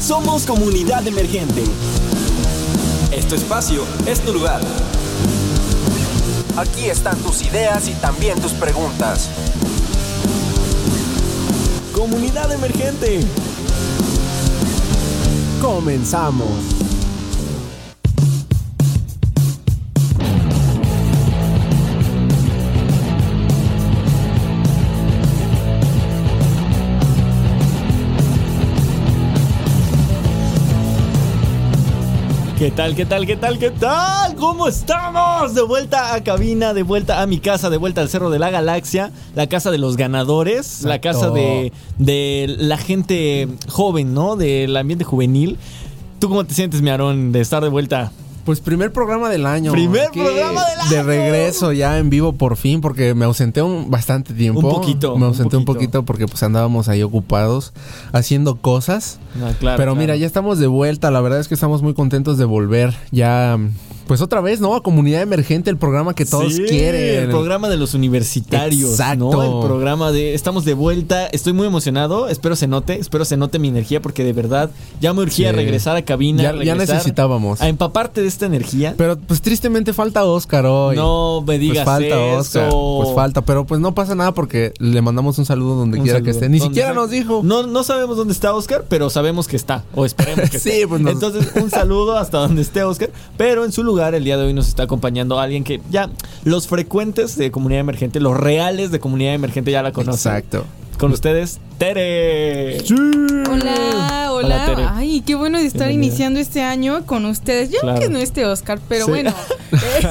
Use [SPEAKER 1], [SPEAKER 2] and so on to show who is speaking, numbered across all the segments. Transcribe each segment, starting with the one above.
[SPEAKER 1] Somos comunidad emergente.
[SPEAKER 2] Es tu Este espacio, es tu lugar.
[SPEAKER 3] Aquí están tus ideas y también tus preguntas.
[SPEAKER 1] Comunidad emergente.
[SPEAKER 4] Comenzamos.
[SPEAKER 1] ¿Qué tal, qué tal, qué tal, qué tal? ¿Cómo estamos? De vuelta a cabina, de vuelta a mi casa, de vuelta al Cerro de la Galaxia, la casa de los ganadores, la casa de, de la gente joven, ¿no? Del ambiente juvenil. ¿Tú cómo te sientes, mi Aarón, de estar de vuelta?
[SPEAKER 4] Pues primer programa del año.
[SPEAKER 1] Primer
[SPEAKER 4] Que
[SPEAKER 1] programa del año.
[SPEAKER 4] De regreso ya en vivo por fin, porque me ausenté un bastante tiempo.
[SPEAKER 1] Un poquito,
[SPEAKER 4] Me ausenté
[SPEAKER 1] un
[SPEAKER 4] un
[SPEAKER 1] poquito.
[SPEAKER 4] poquito, porque pues andábamos ahí ocupados haciendo cosas. Pero mira, ya estamos de vuelta. La verdad es que estamos muy contentos de volver. Ya, pues otra vez, ¿no? A Comunidad Emergente, el programa que todos
[SPEAKER 1] Sí,
[SPEAKER 4] quieren.
[SPEAKER 1] El programa de los universitarios.
[SPEAKER 4] Exacto.
[SPEAKER 1] ¿no? El programa de. Estamos de vuelta. Estoy muy emocionado. Espero se note. Espero se note mi energía porque de verdad ya me urgía
[SPEAKER 4] Sí.
[SPEAKER 1] regresar a cabina.
[SPEAKER 4] Ya- ya
[SPEAKER 1] regresar
[SPEAKER 4] necesitábamos.
[SPEAKER 1] A empaparte de esta energía.
[SPEAKER 4] Pero pues tristemente falta Oscar hoy.
[SPEAKER 1] no me
[SPEAKER 4] Pues
[SPEAKER 1] digas
[SPEAKER 4] falta
[SPEAKER 1] eso.
[SPEAKER 4] Oscar, pues falta, pero pues no pasa nada porque le mandamos un saludo donde
[SPEAKER 1] Un
[SPEAKER 4] quiera que
[SPEAKER 1] saludo.
[SPEAKER 4] esté. Ni
[SPEAKER 1] ¿Dónde
[SPEAKER 4] siquiera
[SPEAKER 1] está?
[SPEAKER 4] nos dijo.
[SPEAKER 1] No, no sabemos dónde está Oscar, pero sabemos que está. O esperemos que
[SPEAKER 4] Sí,
[SPEAKER 1] esté.
[SPEAKER 4] pues nos-
[SPEAKER 1] Entonces, un saludo hasta donde esté Oscar. Pero en su lugar, el día de hoy nos está acompañando alguien que ya los frecuentes de comunidad emergente, los reales de comunidad emergente ya la conocen.
[SPEAKER 4] Exacto.
[SPEAKER 1] Con ustedes, Tere.
[SPEAKER 5] Hola,
[SPEAKER 1] Hola,
[SPEAKER 5] hola.
[SPEAKER 1] Tere.
[SPEAKER 5] Ay, qué bueno de estar
[SPEAKER 1] Bienvenida.
[SPEAKER 5] iniciando este año con ustedes. Yo
[SPEAKER 1] Claro.
[SPEAKER 5] que no esté Oscar, pero
[SPEAKER 4] Sí.
[SPEAKER 5] bueno.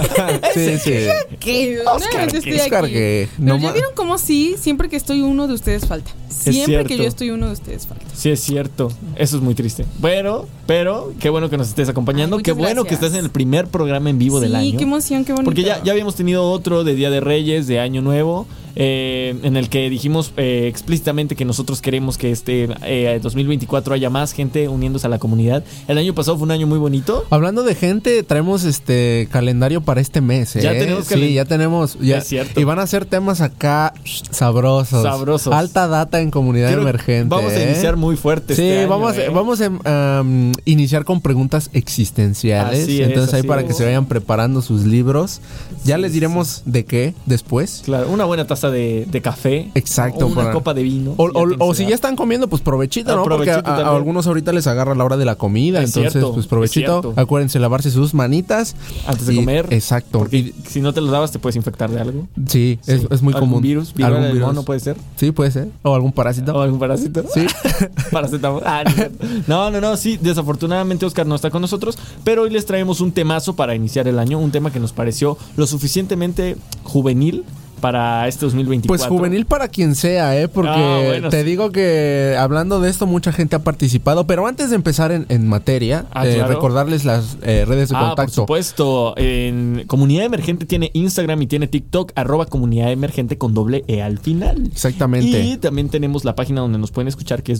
[SPEAKER 4] sí, sí.
[SPEAKER 5] que
[SPEAKER 4] Oscar,
[SPEAKER 5] yo
[SPEAKER 4] que-
[SPEAKER 5] estoy
[SPEAKER 4] Oscar,
[SPEAKER 5] aquí.
[SPEAKER 4] que
[SPEAKER 5] Pero
[SPEAKER 4] no
[SPEAKER 5] ya
[SPEAKER 4] ma-
[SPEAKER 5] vieron cómo sí, siempre que estoy uno de ustedes falta. Siempre
[SPEAKER 1] cierto.
[SPEAKER 5] que yo estoy uno de ustedes falta.
[SPEAKER 1] Sí, es cierto. Eso es muy triste. Pero, pero, qué bueno que nos estés acompañando.
[SPEAKER 5] Ay,
[SPEAKER 1] qué
[SPEAKER 5] muchas
[SPEAKER 1] bueno que
[SPEAKER 5] gracias.
[SPEAKER 1] estás en el primer programa en vivo
[SPEAKER 5] sí,
[SPEAKER 1] del año.
[SPEAKER 5] qué emoción, qué bonito.
[SPEAKER 1] Porque ya, ya habíamos tenido otro de Día de Reyes, de Año Nuevo, eh, en el que dijimos eh, explícitamente que nosotros queremos que este eh, 2024 haya más gente uniéndose a la comunidad. El año pasado fue un año muy bonito.
[SPEAKER 4] Hablando de gente, traemos este calendario para este mes. ¿eh?
[SPEAKER 1] Ya tenemos calen-
[SPEAKER 4] Sí, ya tenemos. ya-
[SPEAKER 1] Es cierto.
[SPEAKER 4] Y van a ser temas acá sabrosos.
[SPEAKER 1] Sabrosos.
[SPEAKER 4] Alta data en comunidad
[SPEAKER 1] Creo que
[SPEAKER 4] emergente.
[SPEAKER 1] Vamos a
[SPEAKER 4] ¿eh?
[SPEAKER 1] iniciar muy fuerte.
[SPEAKER 4] Sí,
[SPEAKER 1] este año,
[SPEAKER 4] vamos,
[SPEAKER 1] ¿eh?
[SPEAKER 4] vamos a um, iniciar con preguntas existenciales.
[SPEAKER 1] Así es,
[SPEAKER 4] Entonces ahí
[SPEAKER 1] así
[SPEAKER 4] para que
[SPEAKER 1] es.
[SPEAKER 4] se vayan preparando sus libros. Ya les diremos de qué después.
[SPEAKER 1] Claro, una buena taza de, de café.
[SPEAKER 4] Exacto,
[SPEAKER 1] O una
[SPEAKER 4] para-
[SPEAKER 1] copa de vino.
[SPEAKER 4] O,
[SPEAKER 1] Ya
[SPEAKER 4] o-
[SPEAKER 1] tienes
[SPEAKER 4] o si
[SPEAKER 1] edad.
[SPEAKER 4] ya están comiendo, pues provechito, ¿no?
[SPEAKER 1] Ah,
[SPEAKER 4] Porque a,
[SPEAKER 1] provechito
[SPEAKER 4] a- a
[SPEAKER 1] también.
[SPEAKER 4] algunos ahorita les agarra la hora de la comida.
[SPEAKER 1] Es
[SPEAKER 4] entonces,
[SPEAKER 1] cierto,
[SPEAKER 4] pues
[SPEAKER 1] es
[SPEAKER 4] provechito.
[SPEAKER 1] cierto.
[SPEAKER 4] Acuérdense lavarse sus manitas.
[SPEAKER 1] Antes de
[SPEAKER 4] Y-
[SPEAKER 1] comer.
[SPEAKER 4] Exacto.
[SPEAKER 1] Porque
[SPEAKER 4] Y-
[SPEAKER 1] si no te lo dabas, te puedes infectar de algo.
[SPEAKER 4] sí, es,
[SPEAKER 1] Sí.
[SPEAKER 4] es muy
[SPEAKER 1] ¿Algún
[SPEAKER 4] común.
[SPEAKER 1] Virus,
[SPEAKER 4] Algún
[SPEAKER 1] algún
[SPEAKER 4] virus.
[SPEAKER 1] virus. no puede ser.
[SPEAKER 4] Sí, puede ser. O algún parásito.
[SPEAKER 1] ¿O algún parásito?
[SPEAKER 4] Sí.
[SPEAKER 1] Paracetamol. Ah, no es cierto. no, no, no, sí. Desafortunadamente Oscar no está con nosotros, pero hoy les traemos un temazo para iniciar el año, un tema que nos pareció lo suficientemente juvenil para este 2024.
[SPEAKER 4] Pues juvenil para quien sea, ¿eh? Porque
[SPEAKER 1] Ah, bueno,
[SPEAKER 4] te
[SPEAKER 1] sí.
[SPEAKER 4] digo que hablando de esto mucha gente ha participado. Pero antes de empezar en, en materia,
[SPEAKER 1] Ah,
[SPEAKER 4] eh,
[SPEAKER 1] claro.
[SPEAKER 4] recordarles las eh, redes de
[SPEAKER 1] Ah, por
[SPEAKER 4] contacto.
[SPEAKER 1] supuesto. En Comunidad Emergente tiene Instagram y tiene TikTok, arroba Comunidad Emergente con doble E al final.
[SPEAKER 4] Exactamente.
[SPEAKER 1] Y también tenemos la página donde nos pueden escuchar, que es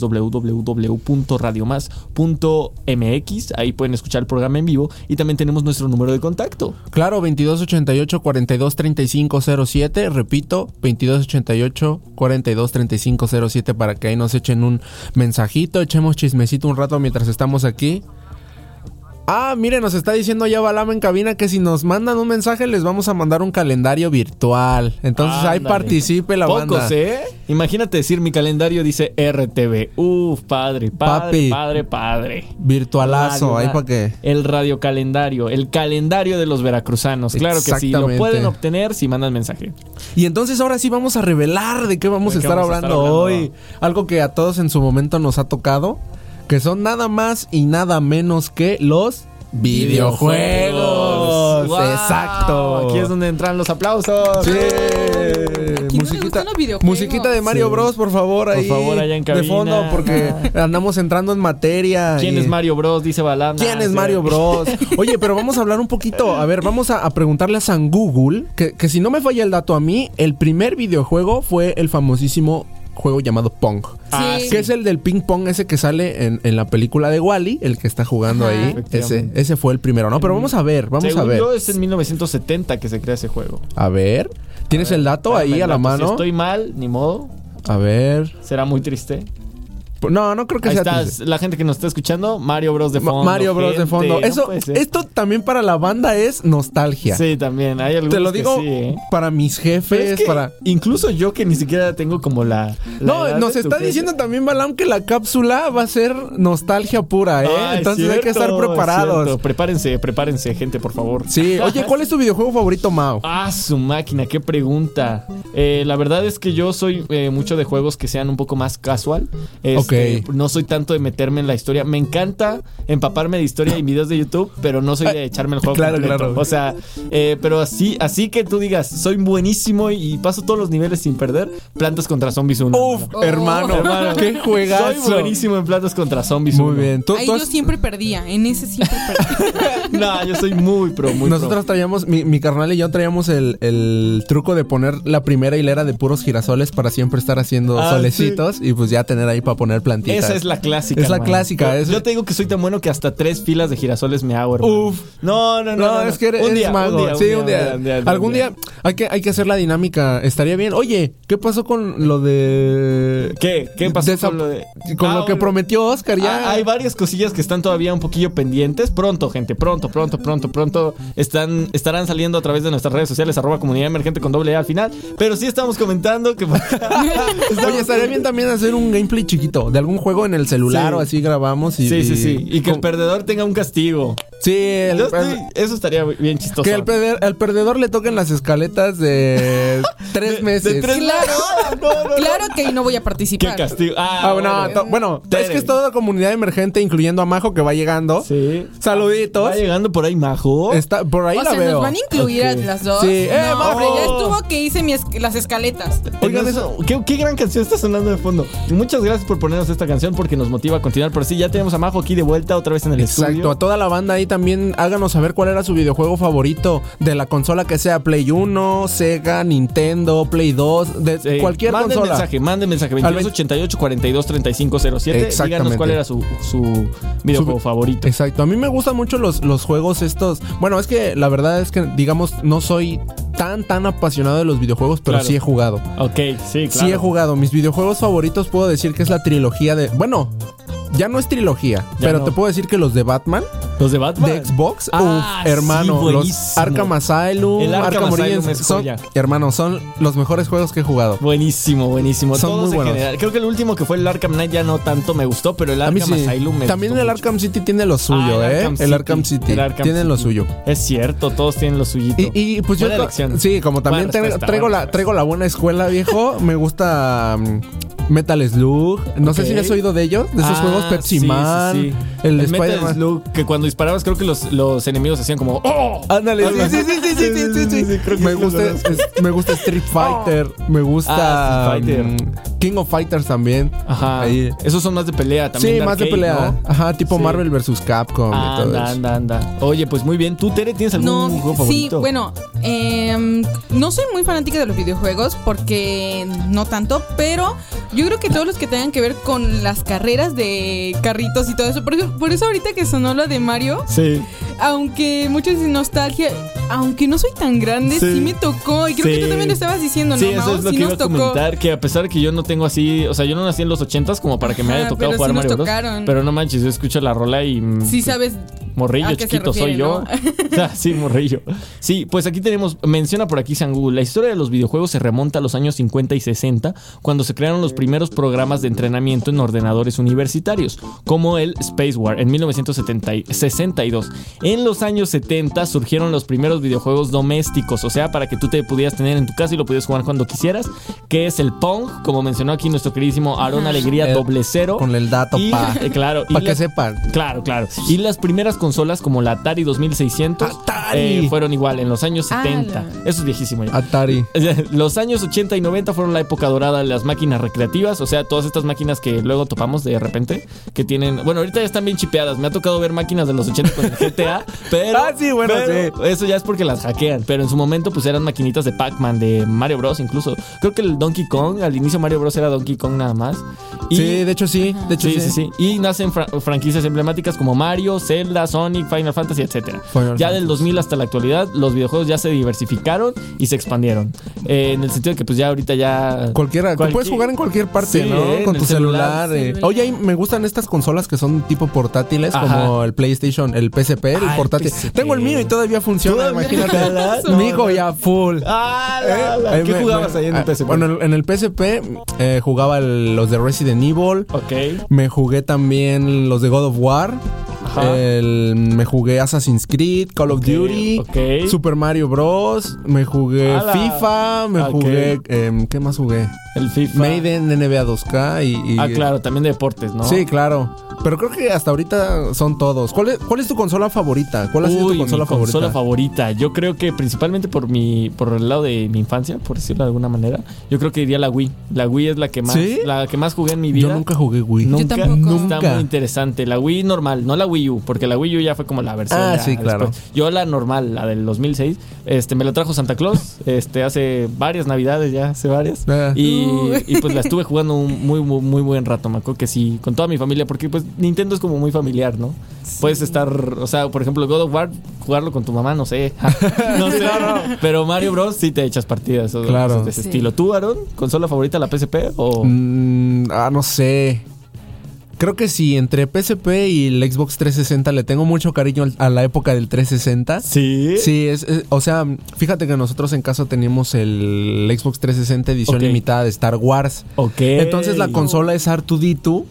[SPEAKER 1] www.radiomas.mx. Ahí pueden escuchar el programa en vivo. Y también tenemos nuestro número de contacto.
[SPEAKER 4] Claro, 2288-423507. Repito, 2288-423507 para que ahí nos echen un mensajito, echemos chismecito un rato mientras estamos aquí. Ah, mire, nos está diciendo ya Balama en cabina que si nos mandan un mensaje les vamos a mandar un calendario virtual. Entonces ahí
[SPEAKER 1] Ándale.
[SPEAKER 4] participe la
[SPEAKER 1] Pocos,
[SPEAKER 4] banda.
[SPEAKER 1] ¿eh? Imagínate decir, mi calendario dice RTV. Uf, padre, padre,
[SPEAKER 4] Papi.
[SPEAKER 1] padre, padre.
[SPEAKER 4] Virtualazo,
[SPEAKER 1] Radio-
[SPEAKER 4] ahí para que...
[SPEAKER 1] El radiocalendario, el calendario de los veracruzanos. Claro que sí, lo
[SPEAKER 4] Exactamente.
[SPEAKER 1] pueden obtener si mandan mensaje.
[SPEAKER 4] Y entonces ahora sí vamos a revelar de qué vamos,
[SPEAKER 1] ¿De
[SPEAKER 4] a,
[SPEAKER 1] qué
[SPEAKER 4] estar
[SPEAKER 1] vamos a estar
[SPEAKER 4] hablando
[SPEAKER 1] hablando?
[SPEAKER 4] hoy. Algo que a todos en su momento nos ha tocado, que son nada más y nada menos que los videojuegos.
[SPEAKER 1] ¡Wow!
[SPEAKER 4] Exacto.
[SPEAKER 1] Aquí es donde entran los aplausos.
[SPEAKER 4] Sí.
[SPEAKER 5] no le
[SPEAKER 4] Musiquita,
[SPEAKER 5] gustan los videojuegos?
[SPEAKER 4] musiquita de Mario
[SPEAKER 1] Sí.
[SPEAKER 4] Bros, por favor, ahí.
[SPEAKER 1] favor, allá en
[SPEAKER 4] De
[SPEAKER 1] cabina.
[SPEAKER 4] fondo, porque andamos entrando en materia.
[SPEAKER 1] ¿Quién
[SPEAKER 4] y-
[SPEAKER 1] es Mario Bros? Dice Balán.
[SPEAKER 4] ¿Quién
[SPEAKER 1] Ah,
[SPEAKER 4] es
[SPEAKER 1] sí.
[SPEAKER 4] Mario Bros? Oye, pero vamos a hablar un poquito. A ver, vamos a, a preguntarle a San Google. Que, que si no me falla el dato a mí, el primer videojuego fue el famosísimo juego llamado Pong.
[SPEAKER 1] Ah,
[SPEAKER 5] Sí.
[SPEAKER 4] Que es el del ping pong ese que sale en, en la película de Wally, el que está jugando
[SPEAKER 5] Ajá.
[SPEAKER 4] ahí. Ese,
[SPEAKER 1] Efectivamente.
[SPEAKER 4] ese fue el primero, ¿no? Pero vamos a ver, vamos
[SPEAKER 1] Según
[SPEAKER 4] a ver.
[SPEAKER 1] yo, es en 1970 que se crea ese juego.
[SPEAKER 4] A ver. ¿Tienes el dato
[SPEAKER 1] Espérame
[SPEAKER 4] ahí
[SPEAKER 1] el
[SPEAKER 4] a la
[SPEAKER 1] dato. Si
[SPEAKER 4] mano?
[SPEAKER 1] estoy mal, ni modo.
[SPEAKER 4] A ver.
[SPEAKER 1] Será muy triste.
[SPEAKER 4] No, no creo que
[SPEAKER 1] Ahí
[SPEAKER 4] sea
[SPEAKER 1] está
[SPEAKER 4] triste.
[SPEAKER 1] la gente que nos está escuchando, Mario Bros de
[SPEAKER 4] Ma-
[SPEAKER 1] fondo.
[SPEAKER 4] Mario Bros de
[SPEAKER 1] gente,
[SPEAKER 4] fondo.
[SPEAKER 1] no
[SPEAKER 4] Eso,
[SPEAKER 1] puede ser.
[SPEAKER 4] esto también para la banda es nostalgia.
[SPEAKER 1] Sí, también. Hay algunos
[SPEAKER 4] Te lo
[SPEAKER 1] que
[SPEAKER 4] digo
[SPEAKER 1] sí, ¿eh?
[SPEAKER 4] para mis
[SPEAKER 1] Pero
[SPEAKER 4] jefes,
[SPEAKER 1] es que
[SPEAKER 4] para.
[SPEAKER 1] Incluso yo que ni siquiera tengo como la. la edad
[SPEAKER 4] No,
[SPEAKER 1] de
[SPEAKER 4] nos
[SPEAKER 1] tu
[SPEAKER 4] está
[SPEAKER 1] jefe.
[SPEAKER 4] diciendo también Balam que la cápsula va a ser nostalgia pura, ¿eh?
[SPEAKER 1] Ah, es
[SPEAKER 4] Entonces hay que
[SPEAKER 1] cierto,
[SPEAKER 4] estar
[SPEAKER 1] es
[SPEAKER 4] preparados.
[SPEAKER 1] cierto. Prepárense, prepárense, gente, por favor.
[SPEAKER 4] Sí, oye, ¿cuál es tu videojuego favorito, Mao?
[SPEAKER 1] Ah, su máquina, qué pregunta. Eh, la verdad es que yo soy eh, mucho de juegos que sean un poco más casual. Este,
[SPEAKER 4] Ok.
[SPEAKER 1] No soy tanto de meterme en la historia. Me encanta empaparme de historia y videos de YouTube, pero no soy de echarme el juego.
[SPEAKER 4] Claro,
[SPEAKER 1] completo.
[SPEAKER 4] claro.
[SPEAKER 1] O sea, eh, pero así, así que tú digas, soy buenísimo y, y paso todos los niveles sin perder. Plantas contra Zombies 1.
[SPEAKER 4] Uf,
[SPEAKER 5] Oh.
[SPEAKER 4] hermano,
[SPEAKER 1] Hermano,
[SPEAKER 4] qué juegazo.
[SPEAKER 1] Soy buenísimo en Plantas contra Zombies
[SPEAKER 4] Muy
[SPEAKER 1] 1.
[SPEAKER 4] bien. ¿Tú,
[SPEAKER 5] Ahí
[SPEAKER 4] tú has-
[SPEAKER 5] yo siempre perdía, en ese siempre perdía.
[SPEAKER 1] No, yo soy muy pro, muy
[SPEAKER 4] Nosotros traíamos, mi, mi carnal y yo traíamos el, el truco de poner la primera hilera de puros girasoles para siempre estar haciendo
[SPEAKER 1] Ah,
[SPEAKER 4] solecitos y pues ya tener ahí para poner
[SPEAKER 1] pro.
[SPEAKER 4] plantitas.
[SPEAKER 1] Esa es la clásica.
[SPEAKER 4] Es la
[SPEAKER 1] hermano.
[SPEAKER 4] clásica,
[SPEAKER 1] Yo,
[SPEAKER 4] es-
[SPEAKER 1] yo te digo que soy tan bueno que hasta tres filas de girasoles me hago, hermano.
[SPEAKER 4] Uf.
[SPEAKER 1] No, no, no.
[SPEAKER 4] No, es que eres,
[SPEAKER 1] Un
[SPEAKER 4] eres
[SPEAKER 1] día,
[SPEAKER 4] mago.
[SPEAKER 1] un día, un
[SPEAKER 4] sí,
[SPEAKER 1] día,
[SPEAKER 4] un día.
[SPEAKER 1] un día, un día,
[SPEAKER 4] Algún
[SPEAKER 1] un
[SPEAKER 4] día hay que, hay que hacer la dinámica. Estaría bien. Oye, ¿qué pasó con lo de.
[SPEAKER 1] ¿Qué? ¿Qué pasó
[SPEAKER 4] Desa-
[SPEAKER 1] con lo de-
[SPEAKER 4] con
[SPEAKER 1] Ah,
[SPEAKER 4] lo que
[SPEAKER 1] bueno.
[SPEAKER 4] prometió Oscar? Ya.
[SPEAKER 1] Ah, hay varias cosillas que están todavía un poquillo pendientes. Pronto, gente, pronto, pronto, pronto, pronto. Están, estarán saliendo a través de nuestras redes sociales, arroba comunidad emergente con doble A al final. Pero sí estamos comentando que
[SPEAKER 4] Oye, estaría bien también hacer un gameplay chiquito de algún juego en el celular
[SPEAKER 1] Sí.
[SPEAKER 4] o así grabamos. Y,
[SPEAKER 1] Sí, sí, sí.
[SPEAKER 4] y-
[SPEAKER 1] Y que el perdedor tenga un castigo.
[SPEAKER 4] Sí, el-
[SPEAKER 1] Yo estoy- eso estaría bien chistoso.
[SPEAKER 4] Que al perder- al perdedor le toquen las escaletas de tres meses.
[SPEAKER 1] De tres
[SPEAKER 5] Claro.
[SPEAKER 1] lados. No, no, no.
[SPEAKER 5] claro que ahí no voy a
[SPEAKER 1] Qué
[SPEAKER 5] participar.
[SPEAKER 1] castigo. Ah,
[SPEAKER 4] Ah, bueno,
[SPEAKER 1] bueno.
[SPEAKER 4] to- bueno, es
[SPEAKER 1] Tere.
[SPEAKER 4] que es toda la comunidad emergente, incluyendo a Majo que va llegando.
[SPEAKER 1] Sí.
[SPEAKER 4] Saluditos.
[SPEAKER 1] Va llegando por ahí, Majo.
[SPEAKER 4] Está, por ahí
[SPEAKER 5] O
[SPEAKER 4] la
[SPEAKER 5] sea,
[SPEAKER 4] veo.
[SPEAKER 5] ¿nos van a incluir
[SPEAKER 1] Ok.
[SPEAKER 5] a las dos?
[SPEAKER 4] Sí. ¡Eh,
[SPEAKER 5] no,
[SPEAKER 4] Majo!
[SPEAKER 5] hombre, ya estuvo que hice mi es- las escaletas.
[SPEAKER 1] Oigan, eso, qué, qué gran canción está sonando de fondo. Y muchas gracias por ponernos esta canción porque nos motiva a continuar. Pero sí, ya tenemos a Majo aquí de vuelta otra vez en el
[SPEAKER 4] Exacto, a
[SPEAKER 1] estudio.
[SPEAKER 4] toda la banda ahí también háganos saber cuál era su videojuego favorito de la consola que sea Play 1, Sega, Nintendo, Play 2, de
[SPEAKER 1] Sí.
[SPEAKER 4] cualquier
[SPEAKER 1] manden
[SPEAKER 4] consola.
[SPEAKER 1] mensaje, manden mensaje
[SPEAKER 4] Al
[SPEAKER 1] 2288 42 35 07. Díganos
[SPEAKER 4] Exactamente.
[SPEAKER 1] cuál era su, su videojuego
[SPEAKER 4] Su-
[SPEAKER 1] favorito.
[SPEAKER 4] Exacto, a mí me gustan mucho los, los juegos estos. Bueno, es que la verdad es que digamos no soy tan tan apasionado de los videojuegos, pero
[SPEAKER 1] Claro.
[SPEAKER 4] sí he jugado.
[SPEAKER 1] Ok, sí, claro.
[SPEAKER 4] Sí he jugado. Mis videojuegos favoritos puedo decir que es la trilogía de. Bueno, ya no es trilogía,
[SPEAKER 1] Ya
[SPEAKER 4] pero
[SPEAKER 1] no.
[SPEAKER 4] te puedo decir que los de Batman,
[SPEAKER 1] Los de Batman.
[SPEAKER 4] de Xbox,
[SPEAKER 1] Ah,
[SPEAKER 4] uf,
[SPEAKER 1] sí,
[SPEAKER 4] hermano, los
[SPEAKER 1] buenísimo.
[SPEAKER 4] Arkham Asylum,
[SPEAKER 1] El Arkham
[SPEAKER 4] Arkham,
[SPEAKER 1] Asylum
[SPEAKER 4] Origins,
[SPEAKER 1] es
[SPEAKER 4] son,
[SPEAKER 1] joya.
[SPEAKER 4] hermano, son los mejores juegos que he jugado.
[SPEAKER 1] Buenísimo, buenísimo.
[SPEAKER 4] Son
[SPEAKER 1] Todos
[SPEAKER 4] muy
[SPEAKER 1] en
[SPEAKER 4] buenos.
[SPEAKER 1] general. Creo que el último que fue el Arkham Knight ya no tanto me gustó, pero el
[SPEAKER 4] A mí
[SPEAKER 1] Arkham
[SPEAKER 4] sí.
[SPEAKER 1] Asylum me
[SPEAKER 4] También
[SPEAKER 1] gustó
[SPEAKER 4] el
[SPEAKER 1] mucho.
[SPEAKER 4] Arkham City tiene lo suyo,
[SPEAKER 1] Ah,
[SPEAKER 4] ¿eh? el Arkham City.
[SPEAKER 1] El Arkham
[SPEAKER 4] tienen lo
[SPEAKER 1] City.
[SPEAKER 4] suyo.
[SPEAKER 1] Es cierto, todos tienen lo suyito.
[SPEAKER 4] Y, y, pues
[SPEAKER 1] Buena
[SPEAKER 4] yo.
[SPEAKER 1] elección.
[SPEAKER 4] Sí, como también
[SPEAKER 1] Buena
[SPEAKER 4] tengo-
[SPEAKER 1] respuesta,
[SPEAKER 4] traigo,
[SPEAKER 1] buena
[SPEAKER 4] la, traigo la buena escuela, viejo. me gusta. mm, Metal Slug, no sé
[SPEAKER 1] Ok.
[SPEAKER 4] si has oído de ellos, de esos
[SPEAKER 1] Ah,
[SPEAKER 4] juegos Pepsi
[SPEAKER 1] sí, sí,
[SPEAKER 4] Man,
[SPEAKER 1] sí.
[SPEAKER 4] el,
[SPEAKER 1] El,
[SPEAKER 4] de
[SPEAKER 1] Metal
[SPEAKER 4] Spider-Man.
[SPEAKER 1] Slug, que cuando disparabas creo que los, los enemigos hacían como ¡Oh!
[SPEAKER 4] Ándale,
[SPEAKER 1] Algo
[SPEAKER 4] sí, sí,
[SPEAKER 1] así.
[SPEAKER 4] sí, sí, sí, sí, sí, sí.
[SPEAKER 1] creo que
[SPEAKER 4] Me
[SPEAKER 1] sí lo
[SPEAKER 4] gusta,
[SPEAKER 1] conozco.
[SPEAKER 4] es- me gusta Street Fighter, me gusta
[SPEAKER 1] Ah, Street Fighter.
[SPEAKER 4] mm, King of Fighters también.
[SPEAKER 1] Ajá.
[SPEAKER 4] Ahí.
[SPEAKER 1] Esos son más de pelea también.
[SPEAKER 4] Sí, más de
[SPEAKER 1] arcade,
[SPEAKER 4] pelea.
[SPEAKER 1] ¿no?
[SPEAKER 4] Ajá, tipo
[SPEAKER 1] Sí.
[SPEAKER 4] Marvel versus Capcom y todo
[SPEAKER 1] Anda,
[SPEAKER 4] eso.
[SPEAKER 1] anda, anda. Oye, pues muy bien. ¿Tú, Tere, tienes algún
[SPEAKER 5] No,
[SPEAKER 1] juego
[SPEAKER 5] sí,
[SPEAKER 1] favorito?
[SPEAKER 5] bueno, em, no soy muy fanática de los videojuegos porque no tanto, pero yo creo que todos los que tengan que ver con las carreras de carritos y todo eso, por eso, por eso ahorita que sonó lo de Mario,
[SPEAKER 1] Sí.
[SPEAKER 5] aunque muchos dicen nostalgia, aunque no soy tan grande,
[SPEAKER 1] Sí.
[SPEAKER 5] sí, me tocó y creo que
[SPEAKER 1] Sí.
[SPEAKER 5] tú también lo estabas diciendo,
[SPEAKER 1] Sí,
[SPEAKER 5] ¿no?
[SPEAKER 1] eso
[SPEAKER 5] Mau?
[SPEAKER 1] es lo
[SPEAKER 5] sí
[SPEAKER 1] que
[SPEAKER 5] nos
[SPEAKER 1] iba a
[SPEAKER 5] tocó.
[SPEAKER 1] comentar, que a pesar de que yo no tengo así, o sea, yo no nací en los ochentas como para que me haya
[SPEAKER 5] Ajá,
[SPEAKER 1] tocado
[SPEAKER 5] pero
[SPEAKER 1] jugar
[SPEAKER 5] sí nos
[SPEAKER 1] Mario Bros.
[SPEAKER 5] tocaron.
[SPEAKER 1] Pero no manches, yo escucho la rola y mm,
[SPEAKER 5] Sí sabes
[SPEAKER 1] morrillo
[SPEAKER 5] a qué se
[SPEAKER 1] chiquito soy
[SPEAKER 5] refiere,
[SPEAKER 1] yo.
[SPEAKER 5] ¿no?
[SPEAKER 1] O sea, sí, morrillo. Sí, pues aquí tenemos, menciona por aquí San Google, la historia de los videojuegos se remonta a los años 50 y 60, cuando se crearon los primeros programas de entrenamiento en ordenadores universitarios, como el Space War en 1962. En los años 70 surgieron los primeros videojuegos domésticos, o sea, para que tú te pudieras tener en tu casa y lo pudieras jugar cuando quisieras, que es el Pong, como mencionó aquí nuestro queridísimo Aarón Alegría,
[SPEAKER 4] El-
[SPEAKER 1] doble cero.
[SPEAKER 4] Eh, con el dato,
[SPEAKER 1] Y-
[SPEAKER 4] pa.
[SPEAKER 1] eh, claro. y
[SPEAKER 4] Para que
[SPEAKER 1] las-
[SPEAKER 4] sepan.
[SPEAKER 1] Claro, claro. Y las primeras consolas como la Atari 2600
[SPEAKER 4] Atari.
[SPEAKER 1] eh, fueron igual en los años
[SPEAKER 5] Ah,
[SPEAKER 1] 70.
[SPEAKER 5] la-
[SPEAKER 1] Eso es viejísimo ya.
[SPEAKER 4] Atari.
[SPEAKER 1] Los años 80 y 90 fueron la época dorada de las máquinas recreativas, o sea, todas estas máquinas que luego topamos de repente, que tienen, bueno, ahorita ya están bien chipeadas, me ha tocado ver máquinas de los 80 con el GTA, pero,
[SPEAKER 4] Ah, sí, bueno,
[SPEAKER 1] pero eso ya es porque las hackean, pero en su momento pues eran maquinitas de Pac-Man, de Mario Bros, incluso, creo que el Donkey Kong, al inicio Mario Bros era Donkey Kong nada más, Y-
[SPEAKER 4] sí, de hecho sí. De hecho
[SPEAKER 1] Sí,
[SPEAKER 4] sí.
[SPEAKER 1] sí, sí. Y nacen fra- franquicias emblemáticas como Mario, Zelda, Sonic, Final Fantasy, etc.
[SPEAKER 4] Final
[SPEAKER 1] ya
[SPEAKER 4] Fantasy.
[SPEAKER 1] del 2000 hasta la actualidad, los videojuegos ya se diversificaron y se expandieron. Eh, en el sentido de que pues ya ahorita ya...
[SPEAKER 4] Cualquiera, tú
[SPEAKER 1] Cualquier-
[SPEAKER 4] puedes jugar en cualquier parte,
[SPEAKER 1] Sí,
[SPEAKER 4] ¿no?
[SPEAKER 1] eh,
[SPEAKER 4] Con
[SPEAKER 1] en
[SPEAKER 4] tu
[SPEAKER 1] el celular,
[SPEAKER 4] celular. eh.
[SPEAKER 5] celular.
[SPEAKER 4] Oye, y me gustan estas consolas que son tipo portátiles,
[SPEAKER 1] Ajá.
[SPEAKER 4] como el PlayStation, el PSP, el
[SPEAKER 1] Ah, el
[SPEAKER 4] portátil.
[SPEAKER 1] PSP.
[SPEAKER 4] Tengo el mío y todavía funciona,
[SPEAKER 1] ¿Todavía jalas?
[SPEAKER 4] imagínate.
[SPEAKER 1] No,
[SPEAKER 4] Mi hijo ya full.
[SPEAKER 1] ¡Ah,
[SPEAKER 4] Eh,
[SPEAKER 1] la, la!
[SPEAKER 4] ahí
[SPEAKER 1] ¿Qué
[SPEAKER 4] me-
[SPEAKER 1] jugabas
[SPEAKER 4] me-
[SPEAKER 1] ahí en
[SPEAKER 4] ah,
[SPEAKER 1] el PSP?
[SPEAKER 4] Bueno, en- en el PSP eh, jugaba el- los de Resident Evil.
[SPEAKER 1] ok.
[SPEAKER 4] Me jugué también los de God of War.
[SPEAKER 1] Ajá.
[SPEAKER 4] El- me jugué Assassin's Creed, Call of
[SPEAKER 1] Ok,
[SPEAKER 4] Duty,
[SPEAKER 1] ok.
[SPEAKER 4] Super Mario Bros. Me jugué
[SPEAKER 1] Ala.
[SPEAKER 4] FIFA, me
[SPEAKER 1] Ok.
[SPEAKER 4] jugué. em, ¿Qué más jugué?
[SPEAKER 1] El FIFA.
[SPEAKER 4] Maiden, NBA 2K y. y-
[SPEAKER 1] Ah, claro, también de deportes, ¿no?
[SPEAKER 4] Sí, claro. Pero creo que hasta ahorita son todos. ¿Cuál es, cuál es tu consola favorita? ¿Cuál ha sido
[SPEAKER 1] Uy,
[SPEAKER 4] tu consola
[SPEAKER 1] mi consola
[SPEAKER 4] favorita?
[SPEAKER 1] favorita. Yo creo que principalmente por mi por el lado de mi infancia, por decirlo de alguna manera, yo creo que diría la Wii. La Wii es la que más
[SPEAKER 4] ¿Sí?
[SPEAKER 1] la que más jugué en mi vida.
[SPEAKER 4] Yo nunca jugué Wii.
[SPEAKER 1] Nunca,
[SPEAKER 5] tampoco.
[SPEAKER 1] Está
[SPEAKER 4] Nunca.
[SPEAKER 1] muy interesante. La Wii normal, no la Wii U, porque la Wii U ya fue como la versión.
[SPEAKER 4] Ah,
[SPEAKER 1] ya
[SPEAKER 4] sí, claro.
[SPEAKER 1] después. Yo la normal, la del 2006, este, me la trajo Santa Claus este, hace varias navidades, ya hace varias.
[SPEAKER 4] Ah.
[SPEAKER 1] Y,
[SPEAKER 5] Uy.
[SPEAKER 1] y, pues la estuve jugando un muy, muy, muy buen rato, me acuerdo que sí, con toda mi familia, porque pues Nintendo es como muy familiar, ¿no? Puedes estar, o sea, por ejemplo, God of War, jugarlo con tu mamá, no sé. no sé. Pero Mario Bros. sí te echas partidas. o
[SPEAKER 4] Claro.
[SPEAKER 1] cosas De ese
[SPEAKER 5] Sí.
[SPEAKER 1] estilo. ¿Tú, Aaron? ¿Consola favorita la PSP o...?
[SPEAKER 4] Mm, ah, no sé. Creo que sí, entre PSP y el Xbox 360 le tengo mucho cariño al- a la época del 360.
[SPEAKER 1] Sí.
[SPEAKER 4] Sí, es, es- o sea, fíjate que nosotros en casa teníamos el Xbox 360 edición
[SPEAKER 1] Ok.
[SPEAKER 4] limitada de Star Wars.
[SPEAKER 1] Ok.
[SPEAKER 4] Entonces la consola es R2D2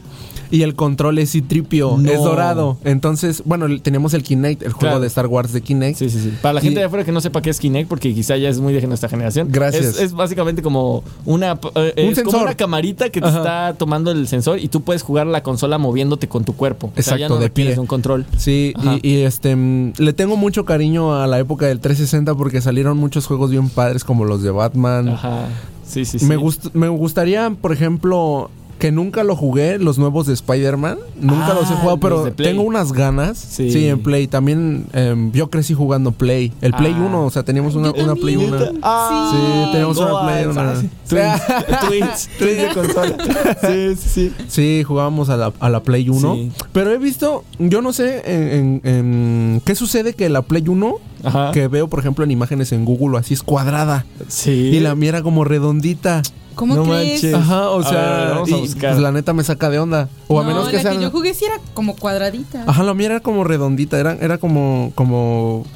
[SPEAKER 4] y el control es Citripio,
[SPEAKER 1] No.
[SPEAKER 4] es dorado. Entonces, bueno, el- teníamos el Kinect, el juego
[SPEAKER 1] Claro.
[SPEAKER 4] de Star Wars de Kinect.
[SPEAKER 1] Sí, sí, sí. Para la
[SPEAKER 4] Y-
[SPEAKER 1] gente de afuera que no sepa qué es Kinect, porque quizá ya es muy de nuestra generación.
[SPEAKER 4] Gracias.
[SPEAKER 1] Es, es básicamente como una, eh,
[SPEAKER 4] Un
[SPEAKER 1] es como
[SPEAKER 4] sensor.
[SPEAKER 1] una camarita que te
[SPEAKER 4] Ajá.
[SPEAKER 1] está tomando el sensor y tú puedes jugar la consola moviéndote con tu cuerpo. o sea, ya
[SPEAKER 4] Exacto,
[SPEAKER 1] no
[SPEAKER 4] de
[SPEAKER 1] requieres
[SPEAKER 4] pie.
[SPEAKER 1] de un control.
[SPEAKER 4] Sí,
[SPEAKER 1] Ajá.
[SPEAKER 4] y, y, este mm, le tengo mucho cariño a la época del 360 porque salieron muchos juegos bien padres como los de Batman.
[SPEAKER 1] Ajá. Sí, sí, sí.
[SPEAKER 4] Mm. Me, gust- me gustaría, por ejemplo, que nunca lo jugué, los nuevos de Spider-Man. Nunca
[SPEAKER 1] Ah,
[SPEAKER 4] los he
[SPEAKER 1] los
[SPEAKER 4] jugado,
[SPEAKER 1] de
[SPEAKER 4] pero
[SPEAKER 1] Play.
[SPEAKER 4] tengo unas ganas.
[SPEAKER 1] Sí.
[SPEAKER 4] Sí, en Play. También em, yo crecí jugando Play. El Play
[SPEAKER 1] Ah.
[SPEAKER 4] 1, o sea, teníamos una,
[SPEAKER 5] Yo
[SPEAKER 4] una Play
[SPEAKER 5] también.
[SPEAKER 4] 1.
[SPEAKER 1] Ah,
[SPEAKER 4] Sí, teníamos una
[SPEAKER 1] Goals,
[SPEAKER 4] Play 1.
[SPEAKER 1] sí. Twins, Twins, Twins de consola. Sí, sí, sí.
[SPEAKER 4] Sí, jugábamos a la, a la Play 1.
[SPEAKER 1] Sí.
[SPEAKER 4] Pero he visto, yo no sé en, en- en- qué sucede que la Play 1,
[SPEAKER 1] Ajá.
[SPEAKER 4] que veo por ejemplo en imágenes en Google, así es cuadrada.
[SPEAKER 1] Sí.
[SPEAKER 4] Y la mía era como redondita.
[SPEAKER 5] ¿Cómo
[SPEAKER 1] No
[SPEAKER 5] crees?
[SPEAKER 1] manches.
[SPEAKER 4] Ajá, o
[SPEAKER 1] A
[SPEAKER 4] sea,
[SPEAKER 1] ver, vamos a
[SPEAKER 4] y,
[SPEAKER 1] buscar.
[SPEAKER 4] pues, la neta me saca de onda. O a
[SPEAKER 5] No,
[SPEAKER 4] menos que
[SPEAKER 5] la
[SPEAKER 4] sea.
[SPEAKER 5] que yo jugué sí era como cuadradita.
[SPEAKER 4] Ajá, la mía era como redondita, era, era como, como.